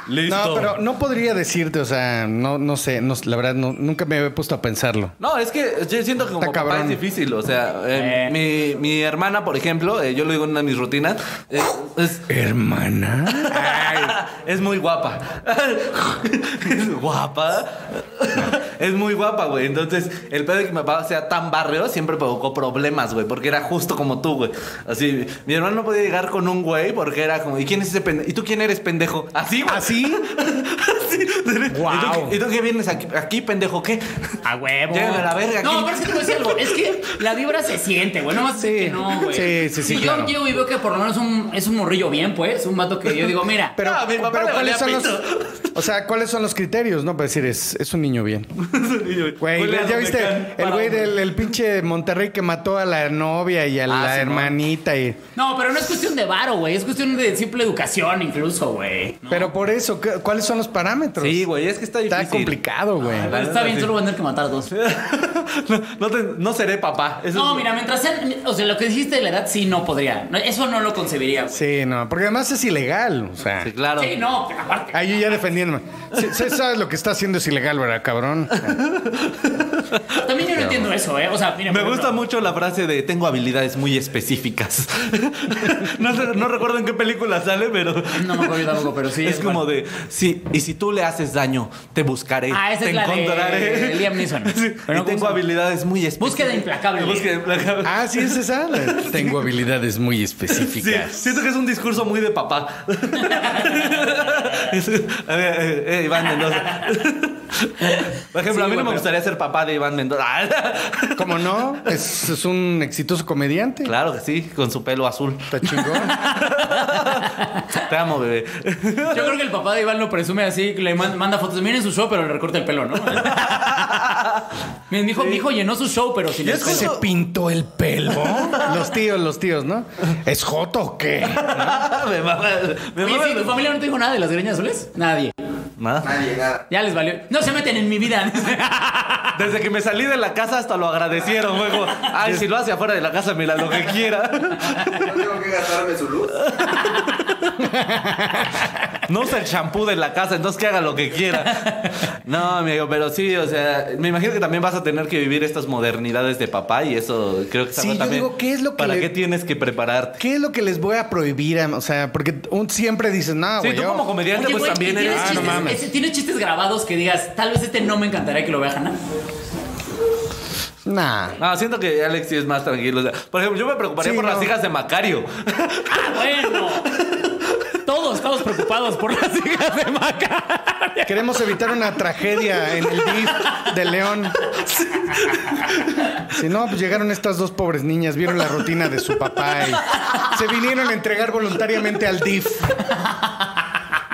S1: Listo.
S2: No, pero no podría decirte, o sea, no, no sé, no- la verdad, no- nunca me había puesto a pensarlo.
S1: No, es que yo siento que como
S2: Está
S1: papá es
S2: cabrón.
S1: difícil. O sea, eh, mi, mi hermana, por ejemplo, eh, yo lo digo en una de mis rutinas, eh, es,
S2: ¿Hermana?
S1: es muy guapa. es guapa. es muy guapa, güey. Entonces, el pedo de que mi papá sea tan barrio siempre provocó problemas, güey. Porque era justo como tú, güey. Así, mi hermano no podía llegar con un güey porque era como, ¿y quién es ese pendejo? ¿Y tú quién eres, pendejo? Así, güey.
S2: ¿Así?
S1: Así. ¿Y, tú,
S2: Guau.
S1: qué- y tú qué vienes aquí, aquí, pendejo? ¿Qué?
S3: A huevo.
S1: Llégame a la verga,
S3: No,
S1: ¿quién-
S3: pero es que te voy a decir algo. Es que la vibra se siente, güey. No más
S2: Sí.
S3: que no, güey.
S2: Sí, sí, sí,
S3: Si
S2: claro.
S3: yo llego y veo que por lo menos un- es un morrillo bien, pues, un vato que yo digo, mira.
S2: Pero,
S1: No, a Ah, mi papá
S2: pero
S1: le
S2: ¿cuáles son
S1: valía
S2: los, o sea, ¿cuáles son los criterios? No, para decir, es, es un niño bien. Güey,
S1: Huele a
S2: ya viste,
S1: Domecán,
S2: el
S1: para
S2: güey
S1: hombre.
S2: del el pinche Monterrey que mató a la novia y a la
S1: Ah, sí,
S2: hermanita y...
S3: No, pero no es cuestión de varo, güey. Es cuestión de simple educación, incluso, güey. No.
S2: Pero por eso, ¿qué- ¿cuáles son los parámetros?
S1: Sí, güey, es que está difícil. Ah,
S2: Está complicado, güey.
S3: Pero está bien, solo voy a tener que matar dos.
S1: no, no te- no seré papá. Eso
S3: No,
S1: es-
S3: mira, mientras sea- O sea, lo que dijiste de la edad, sí, no podría. No, Eso no lo concebiría, güey.
S2: Sí, no, porque además es ilegal, o sea.
S1: Sí, claro.
S3: Sí, no, pero aparte.
S2: Ahí yo ya defendiéndome. Sí, sí, sabes lo que está haciendo es ilegal, ¿verdad, cabrón?
S3: También yo no entiendo eso, ¿eh? O sea, mira.
S1: Me
S3: por
S1: gusta
S3: ejemplo,
S1: mucho la frase de tengo habilidades muy específicas. no, sé- no recuerdo en qué película sale, pero.
S3: No me acuerdo yo tampoco, pero sí.
S1: es como de, sí, y si tú le haces daño, te buscaré,
S3: Ah, esa
S1: te
S3: es la de
S1: encontraré.
S3: Liam Neeson.
S1: Sí,
S3: Pero
S1: y
S3: no, ¿cómo se
S1: tengo
S3: llama?
S1: habilidades muy específicas.
S3: Búsqueda implacable.
S1: Búsqueda implacable.
S2: Ah, sí, es esa.
S5: Tengo habilidades muy
S1: Sí,
S5: específicas.
S1: siento que es un discurso muy de papá. Es- a ver, eh, eh, Iván Mendoza. Por ejemplo, a
S3: Sí,
S1: mí no
S3: güey,
S1: me
S3: pero-
S1: gustaría ser papá de Iván Mendoza.
S2: ¿Cómo no? Es, es un exitoso comediante.
S1: Claro que sí, con su pelo azul.
S2: Está chingón.
S1: Te amo, bebé.
S3: Yo creo que el papá de Iván lo presume así, que le man- manda fotos. Miren su show, pero le recorta el pelo, ¿no? Miren, mi hijo, mi hijo llenó su show, pero sin el
S2: Es que se
S3: pelo.
S2: pintó el pelo. Los tíos, los tíos, ¿no? ¿Es joto o qué?
S1: me mama, me
S3: Oye,
S1: mama
S3: sí, ¿tu
S1: el-
S3: familia no te dijo nada de las greñas azules? Nadie.
S1: Nada.
S7: Nadie, nada.
S3: Ya les valió. No se meten en mi vida.
S1: Desde que me salí de la casa hasta lo agradecieron. Fue como, ay, si lo hace afuera de la casa, mira lo que quiera.
S7: No tengo que gastarme su luz.
S1: No usa el champú de la casa, entonces que haga lo que quiera. No, amigo, pero sí, o sea, me imagino que también vas a tener que vivir estas modernidades de papá y eso creo que es
S2: Sí,
S1: algo
S2: yo
S1: también.
S2: digo, ¿qué es lo que
S1: ¿Para
S2: le-
S1: qué tienes que prepararte?
S2: ¿Qué es lo que les voy a prohibir? am- O sea, porque un- siempre dices, no,
S1: Sí,
S2: güey.
S1: tú
S2: yo-
S1: como comediante,
S3: Oye,
S1: pues
S3: güey,
S1: también
S3: ¿tienes
S1: eres.
S2: Ah, no
S3: chistes,
S2: mames.
S3: ese- tienes chistes grabados que digas, tal vez este no me encantaría que lo vea Hannah.
S2: Nah.
S1: No, siento que Alex sí es más tranquilo. o sea, por ejemplo, yo me preocuparía
S2: Sí,
S1: por
S2: no.
S1: las hijas de Macario.
S3: ¡Ah, bueno! Todos estamos preocupados por las hijas de Maca.
S2: Queremos evitar una tragedia en el DIF de León. Si no, pues llegaron estas dos pobres niñas, vieron la rutina de su papá y se vinieron a entregar voluntariamente al DIF.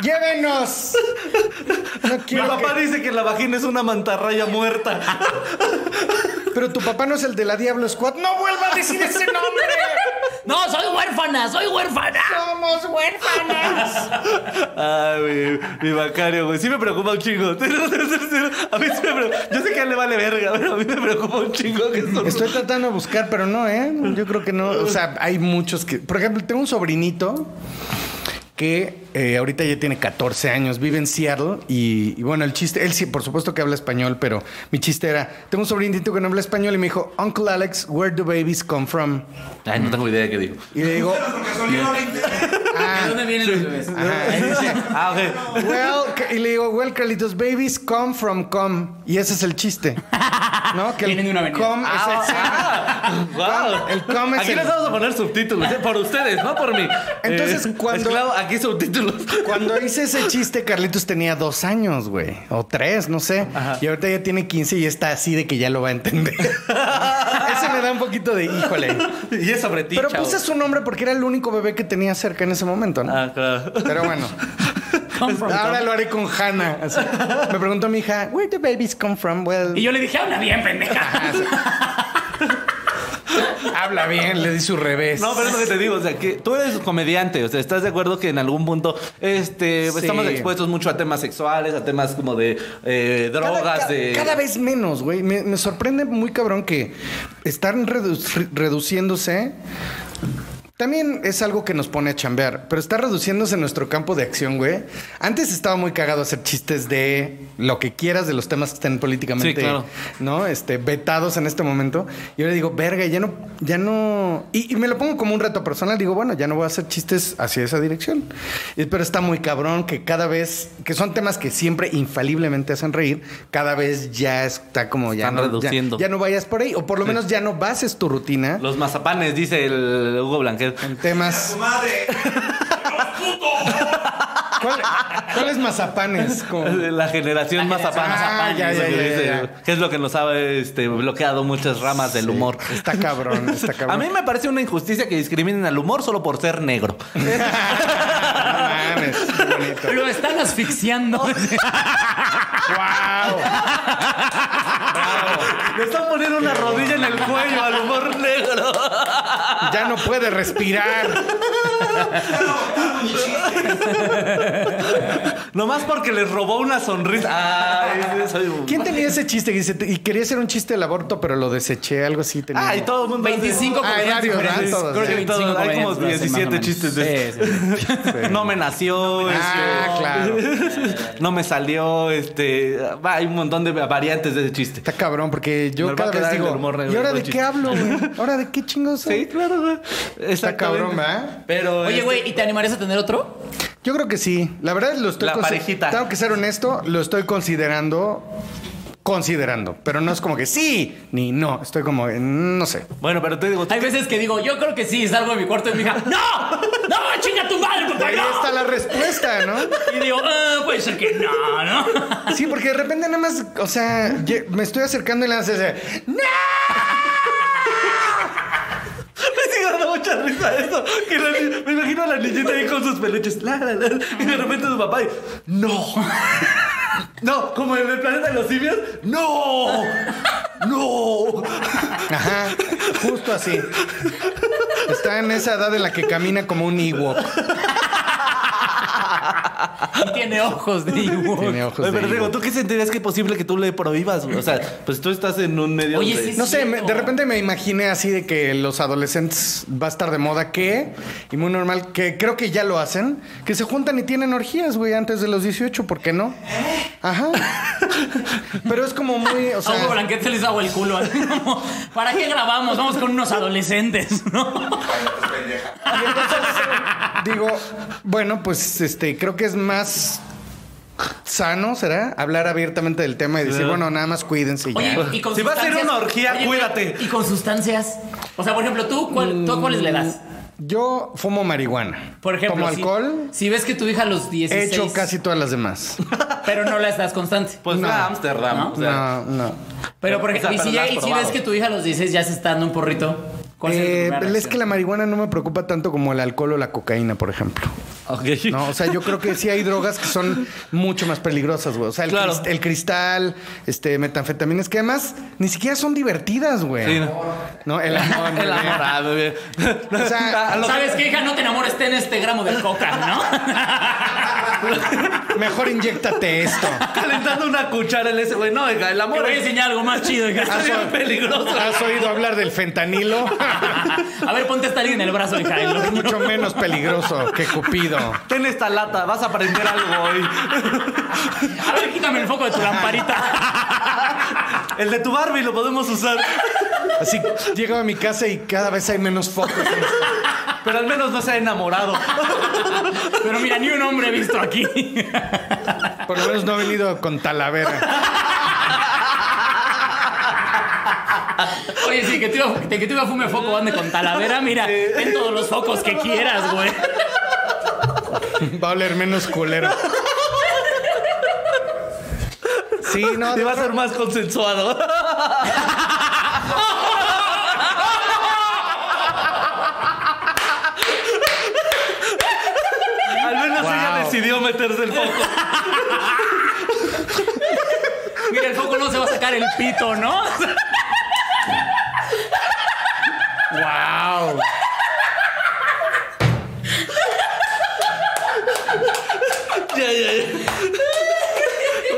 S2: ¡Llévenos! No
S1: Mi
S2: quiero
S1: papá
S2: que-
S1: dice que la vagina es una mantarraya muerta.
S2: Pero tu papá no es el de la Diablo Squad. ¡No vuelva a decir ese nombre!
S3: ¡No, soy huérfana! ¡Soy huérfana!
S2: ¡Somos huérfanas!
S1: Ay, mi, mi Macario, güey. Sí me preocupa un chingo. A mí sí me preocupa. Yo sé que a él le vale verga, pero a mí me preocupa un chingo que son...
S2: Estoy tratando de buscar, pero no, ¿eh? Yo creo que no. O sea, hay muchos que. Por ejemplo, tengo un sobrinito que eh, ahorita ya tiene 14 años, vive en Seattle y, y bueno, el chiste, él sí, por supuesto que habla español, pero mi chiste era, tengo un sobrinito que no habla español y me dijo, Uncle Alex, where do babies come from?
S1: Ay, no tengo idea de qué digo.
S2: Y le digo,
S3: ¿De
S2: ah,
S3: dónde vienen los bebés?
S1: Ah, ok.
S2: well, ca- y le digo, well, Carlitos, babies come from come. Y ese es el chiste. ¿No? Que
S3: Vienen de
S2: el
S3: una avenida.
S2: come
S3: Ah,
S2: es el-
S1: wow.
S2: El com es
S1: Aquí
S2: el-
S1: les vamos a poner subtítulos, ¿eh? por ustedes, no por mí.
S2: Entonces,
S1: Eh,
S2: cuando-
S1: esclavo, aquí subtítulos.
S2: Cuando hice ese chiste, Carlitos tenía dos años, güey. O tres, no sé. Y ahorita ya tiene 15 y está así de que ya lo va a entender. Ese me da un poquito de híjole.
S1: Y es sobre ti,
S2: Pero
S1: chavo.
S2: puse su nombre porque era el único bebé que tenía cerca en ese momento, ¿no?
S1: Ah, claro.
S2: Pero bueno.
S3: come from?
S2: Ahora lo haré con Hannah. así. Me preguntó mi hija, where do babies come from? Well,
S3: Y yo le dije, habla bien, pendeja.
S2: habla bien, le di su revés.
S1: No, pero es lo que te digo, o sea, que tú eres comediante, o sea, ¿estás de acuerdo que en algún punto este,
S2: Sí.
S1: estamos expuestos mucho a temas sexuales, a temas como de eh, drogas,
S2: Cada, ca-
S1: de...
S2: cada vez menos, güey. Me, me sorprende muy cabrón que están redu- re- reduciéndose. También es algo que nos pone a chambear, pero está reduciéndose nuestro campo de acción, güey. Antes estaba muy cagado hacer chistes de lo que quieras, de los temas que estén políticamente,
S1: Sí, claro.
S2: ¿no? Este, vetados en este momento. Y ahora digo, verga, ya no, ya no. Y, y me lo pongo como un reto personal. Digo, bueno, ya no voy a hacer chistes hacia esa dirección. Y- Pero está muy cabrón que cada vez, que son temas que siempre infaliblemente hacen reír, cada vez ya está como ya.
S1: Están
S2: no, ya-
S1: reduciendo.
S2: Ya, no vayas por ahí. O por lo menos ya no bases tu rutina
S1: Los mazapanes, dice el Hugo Blanquet.
S2: en temas.
S7: madre!
S2: ¿Cuál- ¿Cuáles mazapanes? Como-
S1: De La generación mazapán.
S2: Ah, ya, ya, ya,
S1: Dice,
S2: ya.
S1: Que es lo que nos ha este, bloqueado muchas ramas del humor.
S2: Está cabrón, está cabrón.
S1: A mí me parece una injusticia que discriminen al humor solo por ser negro.
S2: No mames, qué bonito.
S3: Lo están asfixiando.
S2: ¡Wow!
S1: Le están poniendo una rodilla en el cuello al humor negro.
S2: Ya no puede respirar.
S1: Nomás porque les robó una sonrisa. Ay, sí, soy un-
S2: ¿Quién tenía ese chiste? que dice, y quería hacer un chiste del aborto, pero lo deseché, algo así. Tenía.
S1: Ay, Ah, todo el mundo.
S3: 25
S2: Ah,
S3: comediantes
S2: varios, ¿verdad?
S3: diferentes.
S2: Todos,
S3: Creo
S2: sí.
S3: que 25
S1: Todos, hay como
S3: comediantes lo
S1: 17
S3: hacen, más o menos.
S1: chistes de-
S3: Sí, sí, sí.
S1: No me nació.
S2: Ah,
S1: este,
S2: claro.
S1: No me salió. Este. va, Hay un montón de variantes de ese chiste.
S2: Está cabrón, porque yo
S1: Me va a
S2: cada vez
S1: quedar el
S2: digo,
S1: humor negro,
S2: ¿y ahora
S1: el
S2: de
S1: chiste".
S2: qué hablo, güey? ¿Ahora de qué chingos?
S1: Sí, claro, güey.
S2: Está cabrón, ¿verdad?
S1: Pero.
S3: Oye,
S1: este,
S3: güey, ¿y te animarías a tener otro?
S2: Yo creo que sí. La verdad lo estoy...
S1: La
S2: consi-
S1: parejita.
S2: Tengo que ser honesto, lo estoy considerando... Considerando. Pero no es como que sí ni no. Estoy como, mm, no sé.
S1: Bueno, pero te digo, tú-
S3: Hay veces que digo, yo creo que sí, salgo de mi cuarto y mi hija, ¡No! ¡No, chinga tu madre, papá,
S2: Ahí está
S3: no!
S2: la respuesta, ¿no?
S3: Y digo, ah, puede ser que no, ¿no?
S2: Sí, porque de repente nada más, o sea, ye- me estoy acercando y le haces ese, ¡No!
S1: me sigue dando mucha risa eso. Que la ni- me imagino a la niñita ahí con sus peluches. la, la, la, y de repente su papá y, ¡No! No, como en el planeta de los simios, ¡No! ¡No!
S2: Ajá, justo así. Está en esa edad en la que camina como un Ewok.
S3: Y tiene ojos de
S2: Tiene
S3: Ewok.
S2: ojos
S1: Oye,
S2: de
S1: pero te digo,
S2: Ewok.
S1: ¿tú qué sentirías que es posible que tú le prohíbas? güey? O sea, pues tú estás en un medio
S3: Oye,
S1: donde-
S3: sí, sí.
S2: No sé, me- de repente me imaginé así de que los adolescentes va a estar de moda que, y muy normal, que creo que ya lo hacen, que se juntan y tienen orgías, güey, antes de los 18, ¿por qué no? Ajá. Pero es como muy, o
S3: A Hugo
S2: sea,
S3: Blanquet se les hago el culo. así como, ¿Para qué grabamos? Vamos con unos adolescentes, ¿no?
S2: digo, bueno, pues este, creo que es más sano, ¿será? Hablar abiertamente del tema y decir, bueno, nada más cuídense y ya.
S3: Oye, y con
S1: Si va a ser
S3: sustancias-
S1: una orgía, cuídate.
S3: Y con sustancias. O sea, por ejemplo, ¿tú, cuál, ¿tú a cuáles le das?
S2: Yo fumo marihuana.
S3: Por ejemplo,
S2: Tomo
S3: si-
S2: alcohol.
S3: Si, ves que tu hija a los
S2: He
S3: 16,
S2: hecho casi todas las demás.
S3: pero no las das constante.
S1: Pues no. a Ámsterdam.
S3: No,
S1: o sea,
S2: no, no.
S3: Pero por
S1: O sea,
S3: ejemplo, y
S1: pero
S3: si,
S1: no
S3: ya-
S1: has
S3: y si
S1: probado.
S3: ves que tu hija a los 16 ya se está dando un porrito, ¿cuál es tu
S2: Eh,
S3: primera
S2: es que la
S3: reacción?
S2: marihuana no me preocupa tanto como el alcohol o la cocaína, por ejemplo.
S1: ok.
S2: No, o sea, yo creo que sí hay drogas que son mucho más peligrosas, güey. O sea, el,
S1: Claro.
S2: crist- el cristal, este, metanfetaminas, que además ni siquiera son divertidas, güey.
S1: Sí,
S2: no. el amor.
S1: El
S2: bebé.
S1: amor, ah, bebé.
S2: O sea,
S1: A lo que-
S3: ¿Sabes qué, hija? No te enamores, ten este gramo de coca, ¿no?
S2: Mejor inyéctate esto.
S1: calentando una cuchara en ese güey. No, oiga, el
S3: Te
S1: amor
S3: voy a
S1: es
S3: enseñar algo más chido, hija.
S1: es bien peligroso.
S2: ¿Has oído hablar del fentanilo?
S3: A ver, ponte esta línea en el brazo, hija. en
S2: Es
S3: los-
S2: mucho menos peligroso que Cupido.
S1: Ten esta lata, vas a aprender algo hoy.
S3: A ver, quítame el foco de tu lamparita.
S1: El de tu Barbie lo podemos usar,
S2: Así llego a mi casa y cada vez hay menos focos.
S1: pero al menos no se ha enamorado.
S3: Pero mira, ni un hombre he visto aquí.
S2: Por lo menos no he venido con Talavera.
S3: Oye, sí, que tú, que tú iba a fume foco, ande con talavera, mira, ten todos los focos que quieras, güey.
S2: Va a oler menos culero. Sí, no.
S1: Te
S2: no,
S1: va a ser más consensuado. Al menos ella
S2: Wow.
S1: decidió meterse el foco.
S3: Mira, el foco no se va a sacar el pito, ¿no?
S2: ¡Wow!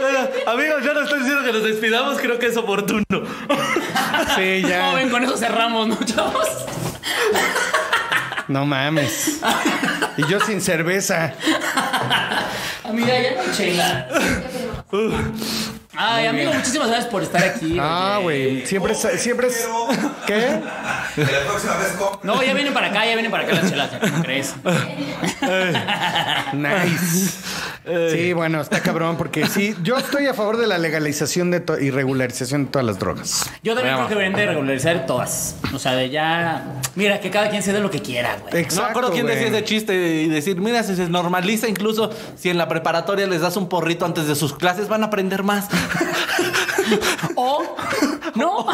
S1: Bueno, amigos, ya no estoy diciendo que nos despidamos, creo que es oportuno.
S2: Sí,
S3: No,
S2: ya.
S3: ven, con eso cerramos, ¿no, chavos?
S2: No mames. Y yo sin cerveza.
S3: Ah, Mira, ya no hay chela. Ay, amigo, muchísimas gracias por estar aquí.
S2: Ah, güey. Siempre es. Siempre es. ¿Qué?
S7: La próxima vez compra.
S3: No, ya vienen para acá, ya vienen para acá las chelas, ¿no crees?
S2: Nice. Sí, bueno, está cabrón porque sí, yo estoy a favor de la legalización de to- y regularización de todas las drogas.
S3: Yo también creo que deberían de regularizar todas. O sea, de ya. Mira, que cada quien se dé lo que quiera, güey.
S1: no me acuerdo quién
S2: güey.
S1: decía ese chiste y decir, mira, si se normaliza incluso si en la preparatoria les das un porrito antes de sus clases, van a aprender más.
S3: O. No.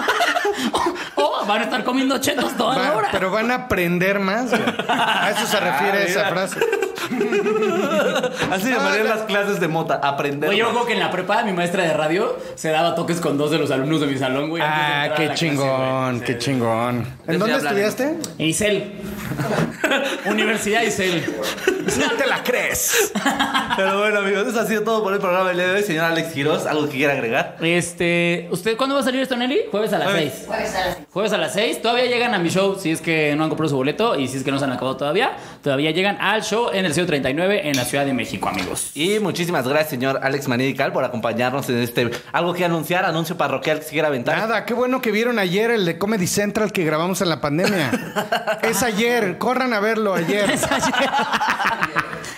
S3: O, van a estar comiendo chetos toda
S2: Va-
S3: la hora.
S2: pero van a aprender más. güey. A eso se refiere esa frase.
S1: Así llamarían las clases de mota, aprender.
S3: Güey, yo
S1: más.
S3: creo que en la prepa mi maestra de radio se daba toques con dos de los alumnos de mi salón, güey. antes de
S2: Ah,
S3: entrar a
S2: qué
S3: la clase,
S2: chingón, qué chingón.
S1: ya
S2: ¿En dónde
S1: hablaremos.
S2: estudiaste?
S3: güey. Isel. Universidad Isel.
S2: No te la crees.
S1: Pero bueno, amigos, eso ha sido todo por el programa del día de hoy. Señor Alex Quiroz, ¿algo que quiera agregar?
S3: Este, ¿usted cuándo va a salir esto, Nelly? Jueves a las
S1: Jueves.
S3: 6.
S8: Jueves a las seis.
S3: Jueves a las 6. Todavía llegan a mi show si es que no han comprado su boleto y si es que no se han acabado todavía. Todavía llegan al show en el CO 39 en la Ciudad de México, amigos.
S1: Y muchísimas gracias, señor Alex Manidical, por acompañarnos en este. ¿Algo que anunciar? ¿Anuncio parroquial que se quiera aventar?
S2: Nada, qué bueno que vieron ayer el de Comedy Central que grabamos en la pandemia. Es ayer, corran a verlo ayer. Es ayer.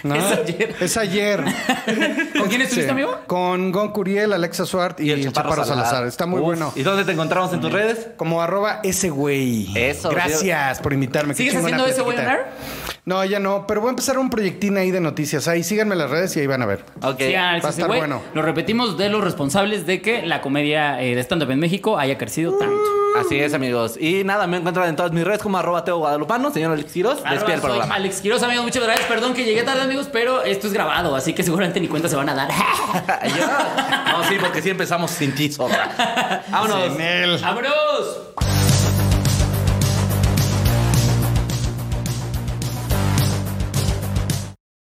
S3: Es ayer.
S2: Es ayer.
S3: ¿Con quién estuviste,
S2: Sí.
S3: amigo?
S2: Con Gon Curiel, Alexa Suart y, el Chaparro, Salazar. Está muy
S1: Uf,
S2: bueno.
S1: ¿Y dónde te encontramos en tus redes?
S2: Como arroba ese güey.
S1: Eso,
S2: Gracias por invitarme. qué
S3: ¿Sigues
S2: chingona
S3: haciendo ese güey,
S2: platiquita. No, ya no, pero voy a empezar un proyectín ahí de noticias. Ahí síganme en las redes y ahí van a ver.
S1: Ok.
S3: Sí, al
S2: va a
S3: CC,
S2: estar
S3: güey.
S2: bueno.
S3: Lo repetimos de los responsables de que la comedia eh, de stand-up en México haya crecido
S2: Mm.
S3: tanto.
S1: Así es, amigos. Y nada, me encuentran en todas mis redes como arroba Teo Guadalupano, señor Alex Quiroz. Despide el
S3: Arroba, soy
S1: programa.
S3: Alex Quiroz, amigos, muchas gracias. Perdón que llegué tarde, amigos, pero esto es grabado, así que seguramente ni cuenta se van a dar.
S1: Ya. No, sí, porque sí empezamos sin ti, zorra. Vámonos.
S3: ¡Vámonos!